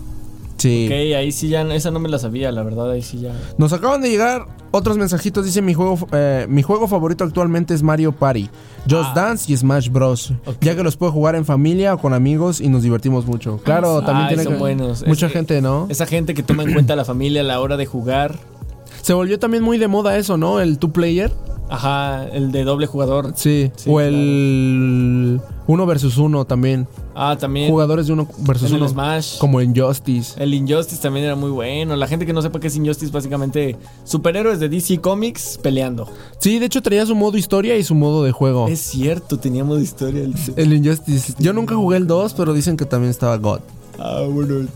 [SPEAKER 4] Sí.
[SPEAKER 1] Ok, ahí sí ya, esa no me la sabía, la verdad, ahí sí ya.
[SPEAKER 4] Nos acaban de llegar otros mensajitos. Dice mi juego, eh, mi juego favorito actualmente es Mario Party, Just Dance y Smash Bros.
[SPEAKER 1] Ok.
[SPEAKER 4] Ya que los puedo jugar en familia o con amigos y nos divertimos mucho. Claro,
[SPEAKER 1] Ay,
[SPEAKER 4] también tiene
[SPEAKER 1] son
[SPEAKER 4] que-
[SPEAKER 1] buenos.
[SPEAKER 4] mucha
[SPEAKER 1] Es-
[SPEAKER 4] gente, ¿no?
[SPEAKER 1] Esa gente que toma en cuenta a la familia a la hora de jugar.
[SPEAKER 4] Se volvió también muy de moda eso, ¿no? El two player.
[SPEAKER 1] Ajá, el de doble jugador.
[SPEAKER 4] Sí.
[SPEAKER 1] Sí,
[SPEAKER 4] o el uno versus uno también.
[SPEAKER 1] Ah, también.
[SPEAKER 4] Jugadores de uno versus
[SPEAKER 1] En el
[SPEAKER 4] uno.
[SPEAKER 1] Smash.
[SPEAKER 4] Como en Justice.
[SPEAKER 1] El Injustice también era muy bueno. La gente que no sepa qué es Injustice, básicamente superhéroes de DC Comics peleando.
[SPEAKER 4] Sí, de hecho traía su modo historia y su modo de juego.
[SPEAKER 1] Es cierto, teníamos historia. El...
[SPEAKER 4] El Injustice. Yo nunca jugué el 2, pero dicen que también estaba God.
[SPEAKER 1] Ah, bueno.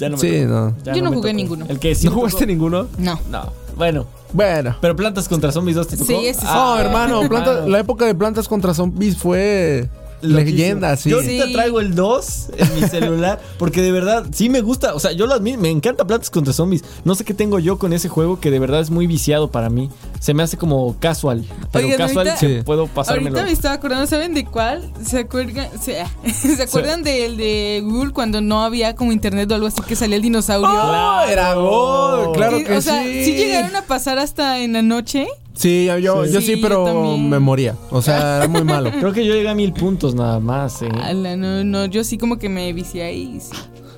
[SPEAKER 1] Ya no me
[SPEAKER 4] Sí,
[SPEAKER 1] tocó.
[SPEAKER 4] no.
[SPEAKER 1] Ya
[SPEAKER 5] Yo no
[SPEAKER 1] me
[SPEAKER 5] jugué
[SPEAKER 1] tocó.
[SPEAKER 5] ninguno.
[SPEAKER 1] El que sí
[SPEAKER 4] ¿No
[SPEAKER 1] me
[SPEAKER 4] jugaste
[SPEAKER 1] tocó-
[SPEAKER 4] ninguno?
[SPEAKER 5] No.
[SPEAKER 1] No. Bueno,
[SPEAKER 4] Bueno.
[SPEAKER 1] pero plantas contra zombies 2 te tocó.
[SPEAKER 5] Sí, ese sí.
[SPEAKER 1] Ah,
[SPEAKER 4] oh, hermano, planta- la época de plantas contra zombies fue leyenda, sí.
[SPEAKER 1] Yo ahorita
[SPEAKER 5] Sí.
[SPEAKER 1] traigo el 2 en mi celular porque de verdad sí me gusta, o sea, yo lo admiro, me encanta Plantas contra Zombies. No sé qué tengo yo con ese juego que de verdad es muy viciado para mí. Se me hace como casual, pero
[SPEAKER 5] Oigan,
[SPEAKER 1] casual
[SPEAKER 5] ahorita-
[SPEAKER 1] que
[SPEAKER 4] Sí.
[SPEAKER 1] puedo pasármelo.
[SPEAKER 5] Ahorita me estaba acordando, ¿saben de cuál? ¿Se acuerdan, se, ¿se acuerdan del de Google cuando no había como internet o algo así que salía el dinosaurio?
[SPEAKER 4] ¡Oh, era God! Claro
[SPEAKER 5] Y,
[SPEAKER 4] que
[SPEAKER 5] o sea,
[SPEAKER 4] sí.
[SPEAKER 5] sí llegaron a pasar hasta en la noche.
[SPEAKER 4] Sí, yo, yo
[SPEAKER 5] Sí.
[SPEAKER 4] yo sí,
[SPEAKER 5] Sí, yo
[SPEAKER 4] pero
[SPEAKER 5] también.
[SPEAKER 4] me moría. O sea, era muy malo.
[SPEAKER 1] Creo que yo llegué a mil puntos nada más, eh.
[SPEAKER 5] A la- no, no, yo sí como que me vicié ahí. Sí.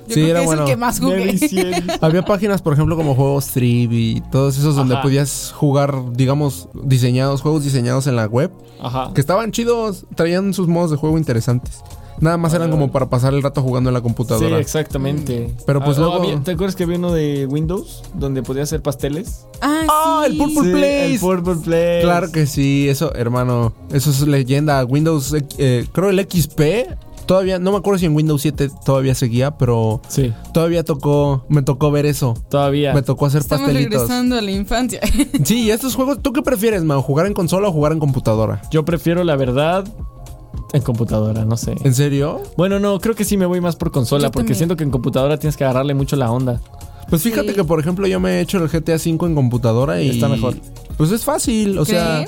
[SPEAKER 5] Yo
[SPEAKER 4] Sí,
[SPEAKER 5] creo
[SPEAKER 4] era
[SPEAKER 5] que
[SPEAKER 4] bueno.
[SPEAKER 5] es el que más
[SPEAKER 1] Me
[SPEAKER 5] jugué.
[SPEAKER 1] vicié.
[SPEAKER 4] Había páginas, por ejemplo, como Juegos Trip y todos esos donde
[SPEAKER 1] Ajá.
[SPEAKER 4] podías jugar, digamos, diseñados, juegos diseñados en la web.
[SPEAKER 1] Ajá.
[SPEAKER 4] Que estaban chidos, traían sus modos de juego interesantes. Nada más eran como para pasar el rato jugando en la
[SPEAKER 1] Sí,
[SPEAKER 4] computadora.
[SPEAKER 1] exactamente.
[SPEAKER 4] Pero pues
[SPEAKER 1] no,
[SPEAKER 4] luego-
[SPEAKER 1] había- ¿Te acuerdas que había uno de Windows donde podía hacer pasteles?
[SPEAKER 5] Ah,
[SPEAKER 4] Ah,
[SPEAKER 5] sí.
[SPEAKER 4] el Purple
[SPEAKER 1] Sí,
[SPEAKER 4] Place.
[SPEAKER 1] El Purple Place.
[SPEAKER 4] Claro que sí, eso, hermano. Eso es leyenda. Windows, eh, eh, creo el XP. Todavía, no me acuerdo si en Windows 7 todavía seguía, pero
[SPEAKER 1] Sí,
[SPEAKER 4] todavía tocó, me tocó ver eso.
[SPEAKER 1] todavía.
[SPEAKER 4] Me tocó hacer
[SPEAKER 5] Estamos
[SPEAKER 4] pastelitos.
[SPEAKER 5] regresando a la infancia.
[SPEAKER 4] Sí, y estos juegos, ¿tú qué prefieres, man? ¿Jugar en consola o jugar en computadora?
[SPEAKER 1] Yo prefiero la verdad en computadora, no sé.
[SPEAKER 4] ¿En serio?
[SPEAKER 1] Bueno, no, creo que sí me voy más por consola,
[SPEAKER 5] Yo
[SPEAKER 1] porque
[SPEAKER 5] también.
[SPEAKER 1] siento que en computadora tienes que agarrarle mucho la onda.
[SPEAKER 4] Pues fíjate
[SPEAKER 5] Sí.
[SPEAKER 4] que, por ejemplo, yo me he hecho el GTA V en computadora y.
[SPEAKER 1] Está mejor.
[SPEAKER 4] Pues es fácil, o sea.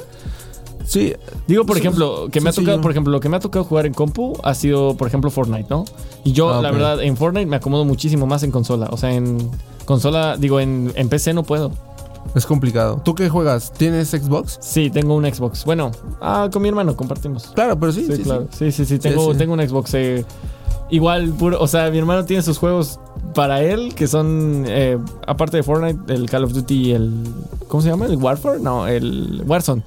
[SPEAKER 4] Sí.
[SPEAKER 1] Digo, por
[SPEAKER 4] Sí,
[SPEAKER 1] ejemplo, que me ha
[SPEAKER 4] sencillo.
[SPEAKER 1] tocado, por ejemplo, lo que me ha tocado jugar en compu ha sido, por ejemplo, Fortnite, ¿no? Y yo,
[SPEAKER 4] Ah,
[SPEAKER 1] la
[SPEAKER 4] ok.
[SPEAKER 1] verdad, en Fortnite me acomodo muchísimo más en consola. O sea, en consola, digo, en, en PC no puedo.
[SPEAKER 4] Es complicado. ¿Tú qué juegas? ¿Tienes Xbox?
[SPEAKER 1] Sí, tengo un Xbox. Bueno, ah, con mi hermano compartimos.
[SPEAKER 4] Claro, pero sí.
[SPEAKER 1] Sí, claro. Sí, sí, sí, tengo,
[SPEAKER 4] sí.
[SPEAKER 1] tengo un Xbox. eh, igual, puro, o sea, mi hermano tiene sus juegos para él, que son, eh, aparte de Fortnite, el Call of Duty y el... ¿Cómo se llama? ¿El Warfare? No, el Warzone.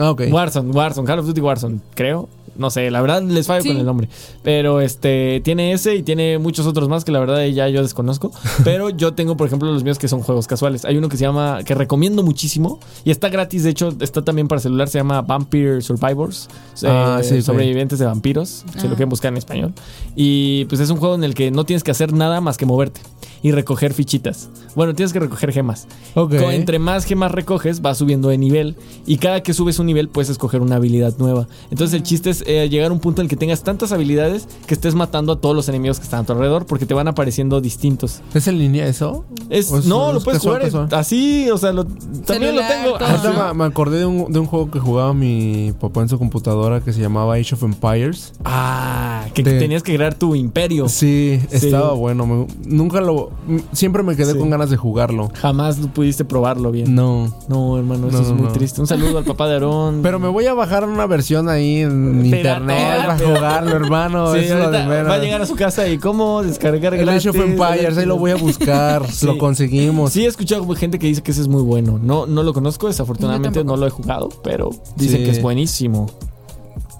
[SPEAKER 4] Ah, ok.
[SPEAKER 1] Warzone, Warzone, Call of Duty Warzone, creo. No sé, la verdad les fallo
[SPEAKER 5] Sí.
[SPEAKER 1] con el nombre. Pero este, tiene ese y tiene muchos otros más que la verdad ya yo desconozco. Pero yo tengo, por ejemplo, los míos que son juegos casuales. Hay uno que se llama, que recomiendo muchísimo y está gratis. De hecho, está también para celular, se llama Vampire Survivors. eh,
[SPEAKER 4] Ah, sí, ok.
[SPEAKER 1] sobrevivientes de vampiros, si
[SPEAKER 5] Ah.
[SPEAKER 1] lo quieren buscar en español. Y pues es un juego en el que no tienes que hacer nada más que moverte y recoger fichitas. Bueno, tienes que recoger gemas.
[SPEAKER 4] Ok.
[SPEAKER 1] Co- Entre más gemas recoges, vas subiendo de nivel. Y cada que subes un nivel, puedes escoger una habilidad nueva.
[SPEAKER 5] Ah.
[SPEAKER 1] Entonces, el chiste es eh, llegar a un punto en el que tengas tantas habilidades que estés matando a todos los enemigos que están a tu alrededor porque te van apareciendo distintos.
[SPEAKER 4] ¿Es en línea eso?
[SPEAKER 1] Es,
[SPEAKER 4] ¿O es-
[SPEAKER 1] no,
[SPEAKER 4] Pues, es
[SPEAKER 1] lo puedes
[SPEAKER 4] casual,
[SPEAKER 1] jugar
[SPEAKER 4] casual?
[SPEAKER 1] así, o sea, lo- también lo
[SPEAKER 5] Celular,
[SPEAKER 1] tengo.
[SPEAKER 5] todo.
[SPEAKER 1] Ajá.
[SPEAKER 4] Ahorita me, me acordé de un, de un juego que jugaba mi papá en su computadora que se llamaba Age of Empires.
[SPEAKER 1] Ah, que
[SPEAKER 4] De-
[SPEAKER 1] tenías que crear tu imperio.
[SPEAKER 4] Sí,
[SPEAKER 1] Sí.
[SPEAKER 4] estaba bueno. me- nunca lo. m- Siempre me quedé
[SPEAKER 1] Sí.
[SPEAKER 4] con ganas de jugarlo.
[SPEAKER 1] Jamás pudiste probarlo bien.
[SPEAKER 4] No.
[SPEAKER 1] No, hermano, eso
[SPEAKER 4] No,
[SPEAKER 1] es
[SPEAKER 4] no,
[SPEAKER 1] muy
[SPEAKER 4] no.
[SPEAKER 1] triste. Un saludo al papá de Aarón.
[SPEAKER 4] Pero me voy a bajar una versión ahí en
[SPEAKER 1] Pirata.
[SPEAKER 4] internet para jugarlo, hermano.
[SPEAKER 1] Sí,
[SPEAKER 4] eso es lo de
[SPEAKER 1] ahorita
[SPEAKER 4] menos.
[SPEAKER 1] va a llegar a su casa y cómo descargar
[SPEAKER 4] El
[SPEAKER 1] gratis.
[SPEAKER 4] Age of Empires, ahí lo voy a buscar.
[SPEAKER 1] Sí.
[SPEAKER 4] Lo conseguimos.
[SPEAKER 1] Sí, he escuchado gente que dice que ese es muy bueno. No, no lo conozco, desafortunadamente
[SPEAKER 5] Yo
[SPEAKER 1] no lo he jugado, pero dicen
[SPEAKER 4] Sí.
[SPEAKER 1] que es buenísimo.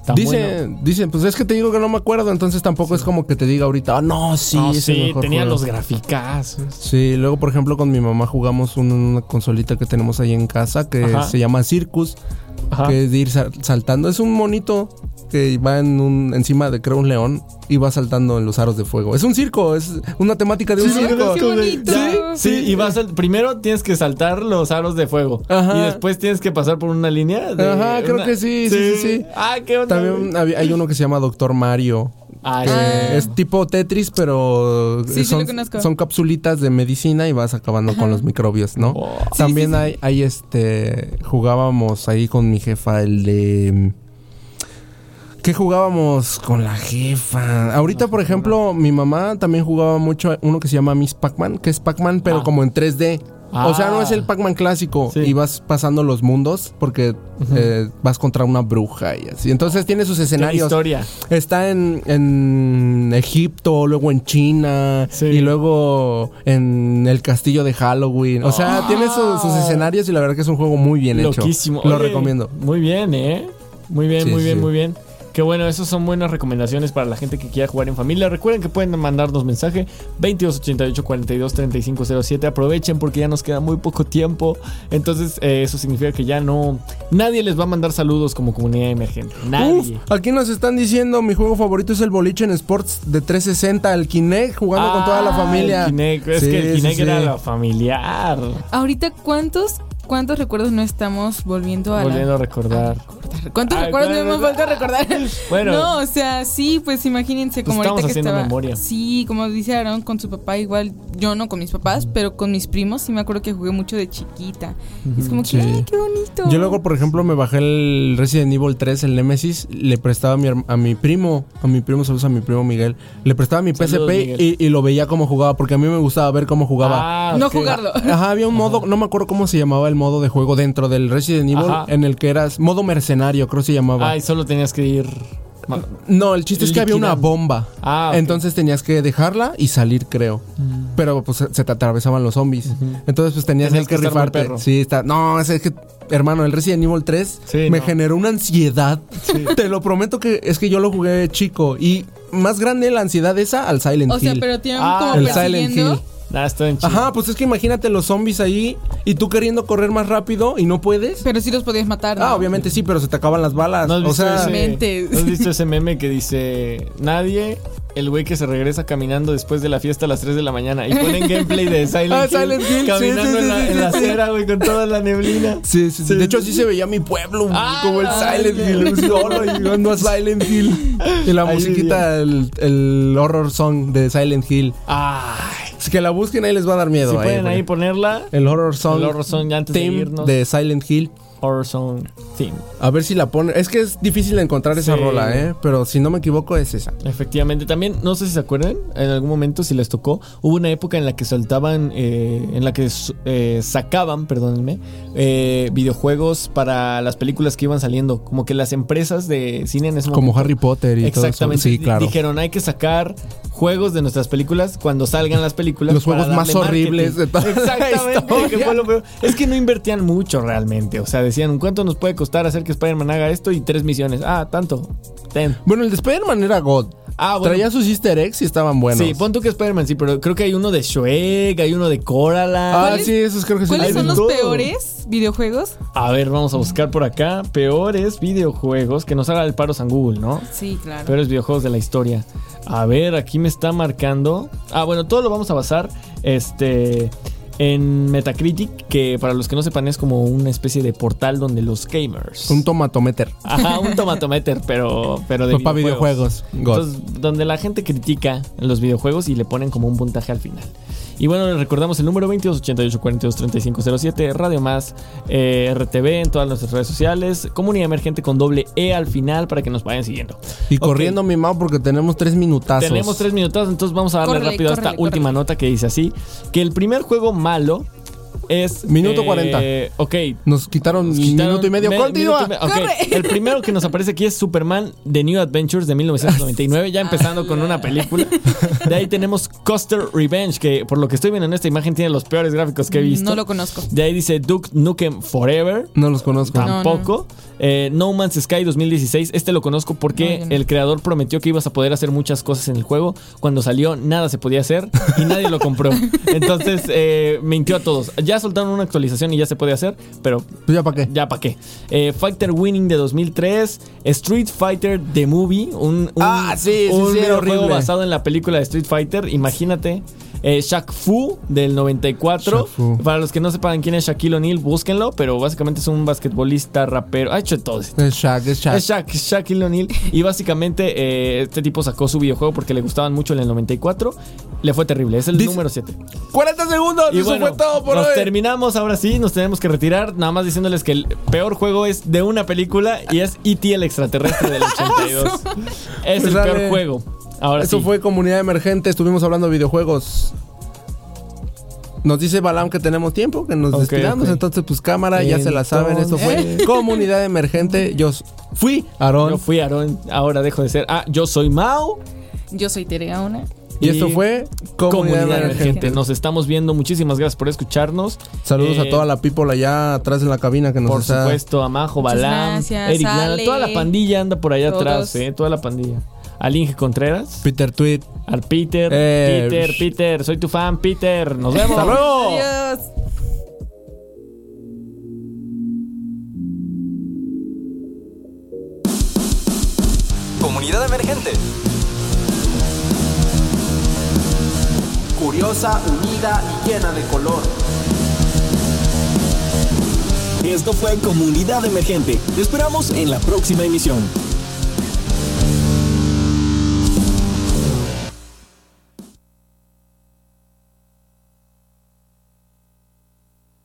[SPEAKER 1] Tan bueno.
[SPEAKER 4] Dicen, dicen, pues es que te digo que no me acuerdo, entonces tampoco es como que te diga ahorita, ah, no, sí,
[SPEAKER 1] No,
[SPEAKER 4] es el
[SPEAKER 1] sí,
[SPEAKER 4] mejor
[SPEAKER 1] tenía
[SPEAKER 4] juego".
[SPEAKER 1] los graficazos.
[SPEAKER 4] Sí, luego por ejemplo con mi mamá jugamos un- una consolita que tenemos ahí en casa que
[SPEAKER 1] Ajá.
[SPEAKER 4] se llama Circus,
[SPEAKER 1] Ajá.
[SPEAKER 4] que es de ir sal- saltando. Es un monito que va en un, encima de creo un león y va saltando en los aros de fuego. Es un circo, es una temática de un circo.
[SPEAKER 5] qué bonito.
[SPEAKER 1] Ya, sí, y vas al- primero tienes que saltar los aros de fuego
[SPEAKER 4] Ajá.
[SPEAKER 1] y después tienes que pasar por una línea de
[SPEAKER 4] Ajá, creo
[SPEAKER 1] una-
[SPEAKER 4] que sí, sí, sí, sí.
[SPEAKER 1] Ah, qué onda.
[SPEAKER 4] También había- hay uno que se llama Doctor Mario.
[SPEAKER 1] Ah,
[SPEAKER 5] Ah.
[SPEAKER 4] Es tipo Tetris, pero
[SPEAKER 5] Sí, sí
[SPEAKER 4] son,
[SPEAKER 5] lo conozco.
[SPEAKER 4] son capsulitas de medicina y vas acabando con los microbios, ¿no?
[SPEAKER 1] Oh.
[SPEAKER 4] También hay, hay este. Jugábamos ahí con mi jefa el de. ¿Qué jugábamos con la jefa? Ahorita, por ejemplo, mi mamá también jugaba mucho uno que se llama Miss Pac-Man, que es Pac-Man, pero
[SPEAKER 1] Ah.
[SPEAKER 4] como en 3D. O sea, no es el Pac-Man clásico
[SPEAKER 1] Sí.
[SPEAKER 4] y vas pasando los mundos porque eh, vas contra una bruja y así. Entonces tiene sus
[SPEAKER 1] Tiene
[SPEAKER 4] escenarios.
[SPEAKER 1] historia.
[SPEAKER 4] Está en, en Egipto, luego en China
[SPEAKER 1] Sí.
[SPEAKER 4] y luego en el castillo de Halloween. O sea, tiene su- sus escenarios y la verdad que es un juego muy bien
[SPEAKER 1] Ah. Loquísimo.
[SPEAKER 4] hecho. Lo
[SPEAKER 1] Oye,
[SPEAKER 4] recomiendo.
[SPEAKER 1] Muy bien, ¿eh? Muy bien,
[SPEAKER 4] Sí,
[SPEAKER 1] muy bien,
[SPEAKER 4] sí.
[SPEAKER 1] muy bien. Qué bueno, esas son buenas recomendaciones para la gente que quiera jugar en familia. Recuerden que pueden mandarnos mensaje 2288-423507. Aprovechen porque ya nos queda muy poco tiempo. Entonces, eh, eso significa que ya no. Nadie les va a mandar saludos como comunidad emergente. Nadie.
[SPEAKER 4] Uf, aquí nos están diciendo mi juego favorito es el boliche en Sports de 360, el Kinect, jugando con toda la
[SPEAKER 1] Ah,
[SPEAKER 4] familia.
[SPEAKER 1] el Kinect. Es
[SPEAKER 4] Sí,
[SPEAKER 1] que el
[SPEAKER 4] sí,
[SPEAKER 1] Kinect
[SPEAKER 4] sí.
[SPEAKER 1] era la familiar.
[SPEAKER 5] Ahorita, ¿cuántos, cuántos recuerdos no estamos volviendo a la-
[SPEAKER 1] Volviendo a recordar.
[SPEAKER 5] ¿Cuántos
[SPEAKER 1] Ay,
[SPEAKER 5] recuerdos no
[SPEAKER 1] bueno,
[SPEAKER 5] hemos vuelto a recordar?
[SPEAKER 1] Bueno.
[SPEAKER 5] No, o sea, sí, pues imagínense como
[SPEAKER 1] estamos
[SPEAKER 5] ahorita que
[SPEAKER 1] haciendo
[SPEAKER 5] estaba.
[SPEAKER 1] memoria.
[SPEAKER 5] Sí, como dice Aaron, con su papá igual, yo no con mis papás, pero con mis primos sí me acuerdo que jugué mucho de chiquita. Y es como que,
[SPEAKER 4] Sí.
[SPEAKER 5] ay, qué bonito.
[SPEAKER 4] Yo luego, por ejemplo, me bajé el Resident Evil 3, el Nemesis, le prestaba a mi, herma- a mi primo, a mi primo, saludos a mi primo Miguel, le prestaba mi
[SPEAKER 1] Saludos,
[SPEAKER 4] PSP
[SPEAKER 1] Miguel.
[SPEAKER 4] y, y lo veía cómo jugaba, porque a mí me gustaba ver cómo jugaba.
[SPEAKER 1] Ah,
[SPEAKER 5] no
[SPEAKER 1] ok.
[SPEAKER 5] jugarlo.
[SPEAKER 4] Ajá, había un modo, no me acuerdo cómo se llamaba el modo de juego dentro del Resident Evil,
[SPEAKER 1] Ajá. Ah,
[SPEAKER 4] en el que eras modo mercenario, creo se llamaba.
[SPEAKER 1] Ay, solo tenías que ir. ma-
[SPEAKER 4] No, el chiste es que había una
[SPEAKER 1] Liquidando.
[SPEAKER 4] bomba.
[SPEAKER 1] Ah, ok. Mm.
[SPEAKER 4] Entonces tenías que dejarla y salir, creo. Pero pues se- se te atravesaban los zombies. Entonces pues tenías,
[SPEAKER 1] Tenías
[SPEAKER 4] el que,
[SPEAKER 1] que estar muy
[SPEAKER 4] rifarte.
[SPEAKER 1] perro.
[SPEAKER 4] Sí, está. No, es que hermano, el Resident Evil 3
[SPEAKER 1] Sí,
[SPEAKER 4] me
[SPEAKER 1] no.
[SPEAKER 4] generó una ansiedad. Te lo prometo que es que yo lo jugué chico y más grande la ansiedad esa al Silent
[SPEAKER 5] O sea,
[SPEAKER 4] Hill.
[SPEAKER 5] pero tienen
[SPEAKER 1] Ah,
[SPEAKER 5] como
[SPEAKER 4] el Silent
[SPEAKER 5] persiguiendo.
[SPEAKER 4] Hill.
[SPEAKER 1] Nah, Ah, está en chido.
[SPEAKER 4] Ajá, pues es que imagínate los zombies ahí y tú queriendo correr más rápido y no puedes.
[SPEAKER 5] Pero sí los podías matar. ¿no?
[SPEAKER 4] Ah, obviamente sí, pero se te acaban las balas.
[SPEAKER 1] ¿No has,
[SPEAKER 4] o
[SPEAKER 1] visto
[SPEAKER 4] sea,
[SPEAKER 5] Mentes.
[SPEAKER 1] ese, ¿No has visto ese meme que dice nadie, el güey que se regresa caminando después de la fiesta a las 3 de la mañana? Y ponen gameplay de Silent,
[SPEAKER 4] Ah,
[SPEAKER 1] Hill,
[SPEAKER 4] Silent Hill, sí,
[SPEAKER 1] caminando
[SPEAKER 4] sí, sí,
[SPEAKER 1] en, la,
[SPEAKER 4] sí,
[SPEAKER 1] en la
[SPEAKER 4] sí, sí.
[SPEAKER 1] acera, güey, con toda la neblina.
[SPEAKER 4] Sí, sí, Ah, sí. De hecho, así se veía mi pueblo, como el Silent Hill, solo llegando a Silent Hill. Y la
[SPEAKER 1] Ahí
[SPEAKER 4] musiquita, el, el horror song de Silent Hill.
[SPEAKER 1] Ay,
[SPEAKER 4] Es que la busquen ahí les va a dar miedo.
[SPEAKER 1] si pueden ahí
[SPEAKER 4] güey.
[SPEAKER 1] ponerla,
[SPEAKER 4] el horror song.
[SPEAKER 1] el horror song ya antes de
[SPEAKER 4] theme
[SPEAKER 1] irnos.
[SPEAKER 4] de Silent Hill.
[SPEAKER 1] Horror Song Theme.
[SPEAKER 4] A ver si la ponen. Es que es difícil encontrar esa
[SPEAKER 1] Sí.
[SPEAKER 4] rola, ¿eh? Pero si no me equivoco, es esa.
[SPEAKER 1] Efectivamente, también no sé si se acuerdan, en algún momento si les tocó, hubo una época en la que soltaban, eh, en la que s- eh, sacaban, perdónenme, eh, videojuegos para las películas que iban saliendo, como que las empresas de cine en ese momento.
[SPEAKER 4] Como Harry Potter y todo eso.
[SPEAKER 1] Exactamente,
[SPEAKER 4] Sí,
[SPEAKER 1] di-
[SPEAKER 4] claro.
[SPEAKER 1] dijeron hay que sacar juegos de nuestras películas cuando salgan las películas.
[SPEAKER 4] Los
[SPEAKER 1] para
[SPEAKER 4] juegos más
[SPEAKER 1] darle marketing.
[SPEAKER 4] horribles de toda la
[SPEAKER 1] Exactamente, que
[SPEAKER 4] historia.
[SPEAKER 1] fue lo peor. Es que no invertían mucho realmente, o sea, decían, ¿cuánto nos puede costar hacer que Spider-Man haga esto? Y tres misiones, ah, tanto, ten.
[SPEAKER 4] Bueno, el de Spider-Man era God.
[SPEAKER 1] Ah, bueno.
[SPEAKER 4] Traía sus easter eggs y estaban buenos.
[SPEAKER 1] Sí, pon tú que Spider-Man, sí, pero creo que hay uno de Shrek, hay uno de
[SPEAKER 4] Ah,
[SPEAKER 1] Coraline.
[SPEAKER 5] ¿Cuáles-
[SPEAKER 4] sí, esos creo que sí.
[SPEAKER 5] ¿Cuáles
[SPEAKER 1] Hay
[SPEAKER 5] son
[SPEAKER 1] de
[SPEAKER 5] los
[SPEAKER 1] todo.
[SPEAKER 5] peores videojuegos?
[SPEAKER 1] A ver, vamos a buscar por acá peores videojuegos que nos haga el paro San Google, ¿no?
[SPEAKER 5] Sí, claro.
[SPEAKER 1] Peores videojuegos de la historia. A ver, aquí me está marcando. Ah, bueno, todo lo vamos a basar este en Metacritic, que para los que no sepan es como una especie de portal donde los gamers
[SPEAKER 4] Un tomatometer.
[SPEAKER 1] Ajá, un tomatometer, pero, pero de
[SPEAKER 4] Pero para videojuegos. God.
[SPEAKER 1] Entonces, donde la gente critica los videojuegos y le ponen como un puntaje al final. Y bueno, les recordamos el número 2288-423507, Radio Más, eh, RTV en todas nuestras redes sociales, Comunidad Emergente con doble E al final para que nos vayan siguiendo.
[SPEAKER 4] Y
[SPEAKER 1] Ok.
[SPEAKER 4] corriendo, mi mamá, porque tenemos tres minutazos.
[SPEAKER 1] Tenemos tres minutos, entonces vamos a darle
[SPEAKER 5] Córrele,
[SPEAKER 1] rápido a esta
[SPEAKER 5] córrele,
[SPEAKER 1] última nota que dice así, que el primer juego malo es... eh,
[SPEAKER 4] Minuto 40.
[SPEAKER 1] Ok,
[SPEAKER 4] Nos quitaron,
[SPEAKER 1] nos quitaron
[SPEAKER 4] minuto y medio.
[SPEAKER 1] me-
[SPEAKER 4] ¡Continúa!
[SPEAKER 1] minuto y me- ok, El primero que nos aparece aquí es Superman The New Adventures de 1999,
[SPEAKER 5] Ah.
[SPEAKER 1] ya empezando con una película. De ahí tenemos Custer Revenge, que por lo que estoy viendo en esta imagen tiene los peores gráficos que he visto.
[SPEAKER 5] No lo conozco.
[SPEAKER 1] De ahí dice Duke Nukem Forever.
[SPEAKER 4] No los conozco.
[SPEAKER 5] No,
[SPEAKER 1] Tampoco. Eh, No Man's Sky 2016. Este lo conozco porque
[SPEAKER 5] No, yo no.
[SPEAKER 1] el creador prometió que ibas a poder hacer muchas cosas en el juego. Cuando salió, nada se podía hacer y nadie lo compró. Entonces, eh, mintió a todos. Ya soltaron una actualización y ya se puede hacer, pero
[SPEAKER 4] ¿Tú Pues ya para qué?
[SPEAKER 1] ya para qué. Eh, Fighter Winning de 2003, Street Fighter The Movie, un, un,
[SPEAKER 4] Ah, sí, sí,
[SPEAKER 1] un
[SPEAKER 4] sí, era
[SPEAKER 1] videojuego
[SPEAKER 4] horrible.
[SPEAKER 1] basado en la película de Street Fighter, imagínate. Eh, Shaq Fu del 94.
[SPEAKER 4] Shaq Fu.
[SPEAKER 1] Para los que no sepan quién es Shaquille O'Neal, búsquenlo, pero básicamente es un basquetbolista, rapero. Ha hecho de todo.
[SPEAKER 4] Es Shaq, es Shaq.
[SPEAKER 1] Es Shaq, Shaquille O'Neal. Y básicamente eh, este tipo sacó su videojuego porque le gustaban mucho en el 94. Le fue terrible. Es el
[SPEAKER 4] Dice-
[SPEAKER 1] número 7.
[SPEAKER 4] 40 segundos,
[SPEAKER 1] Y
[SPEAKER 4] eso
[SPEAKER 1] bueno,
[SPEAKER 4] fue todo por
[SPEAKER 1] nos
[SPEAKER 4] hoy.
[SPEAKER 1] terminamos ahora sí, nos tenemos que retirar, nada más diciéndoles que el peor juego es de una película y es E.T. el extraterrestre del 82. es
[SPEAKER 4] Pues
[SPEAKER 1] el
[SPEAKER 4] dale.
[SPEAKER 1] peor juego. Ahora
[SPEAKER 4] Eso
[SPEAKER 1] sí.
[SPEAKER 4] fue Comunidad Emergente, estuvimos hablando de videojuegos. Nos dice Balam que tenemos tiempo, que nos
[SPEAKER 1] Ok,
[SPEAKER 4] despidamos.
[SPEAKER 1] ok.
[SPEAKER 4] Entonces, pues cámara, ya se la saben. Esto fue
[SPEAKER 1] Entonces-
[SPEAKER 4] Comunidad Emergente. Yo s- fui
[SPEAKER 1] Yo
[SPEAKER 4] Aarón.
[SPEAKER 1] fui Aarón, ahora dejo de ser. Ah, yo soy Mao.
[SPEAKER 5] Yo soy Tereona.
[SPEAKER 4] Y esto fue
[SPEAKER 1] Comunidad,
[SPEAKER 4] Comunidad,
[SPEAKER 1] Emergente.
[SPEAKER 4] Emergente.
[SPEAKER 1] Nos estamos viendo. Muchísimas gracias por escucharnos.
[SPEAKER 4] Saludos
[SPEAKER 1] Eh,
[SPEAKER 4] a toda la people allá atrás en la cabina que nos
[SPEAKER 1] Por
[SPEAKER 4] está-
[SPEAKER 1] supuesto, a Majo,
[SPEAKER 5] Muchas
[SPEAKER 1] Balam,
[SPEAKER 5] gracias,
[SPEAKER 1] Eric Lana,
[SPEAKER 5] Ale.
[SPEAKER 1] Toda la pandilla anda por allá
[SPEAKER 5] Todos.
[SPEAKER 1] atrás, eh, toda la pandilla. Al Inge Contreras,
[SPEAKER 4] Peter Tweet.
[SPEAKER 1] al Peter,
[SPEAKER 4] Eh,
[SPEAKER 1] Peter,
[SPEAKER 4] sh-
[SPEAKER 1] Peter, soy tu fan, Peter. Nos vemos.
[SPEAKER 4] ¡Hasta luego!
[SPEAKER 5] Adiós.
[SPEAKER 3] Comunidad emergente.
[SPEAKER 2] Curiosa, unida y llena de color.
[SPEAKER 8] Esto fue Comunidad Emergente. Te esperamos en la próxima emisión.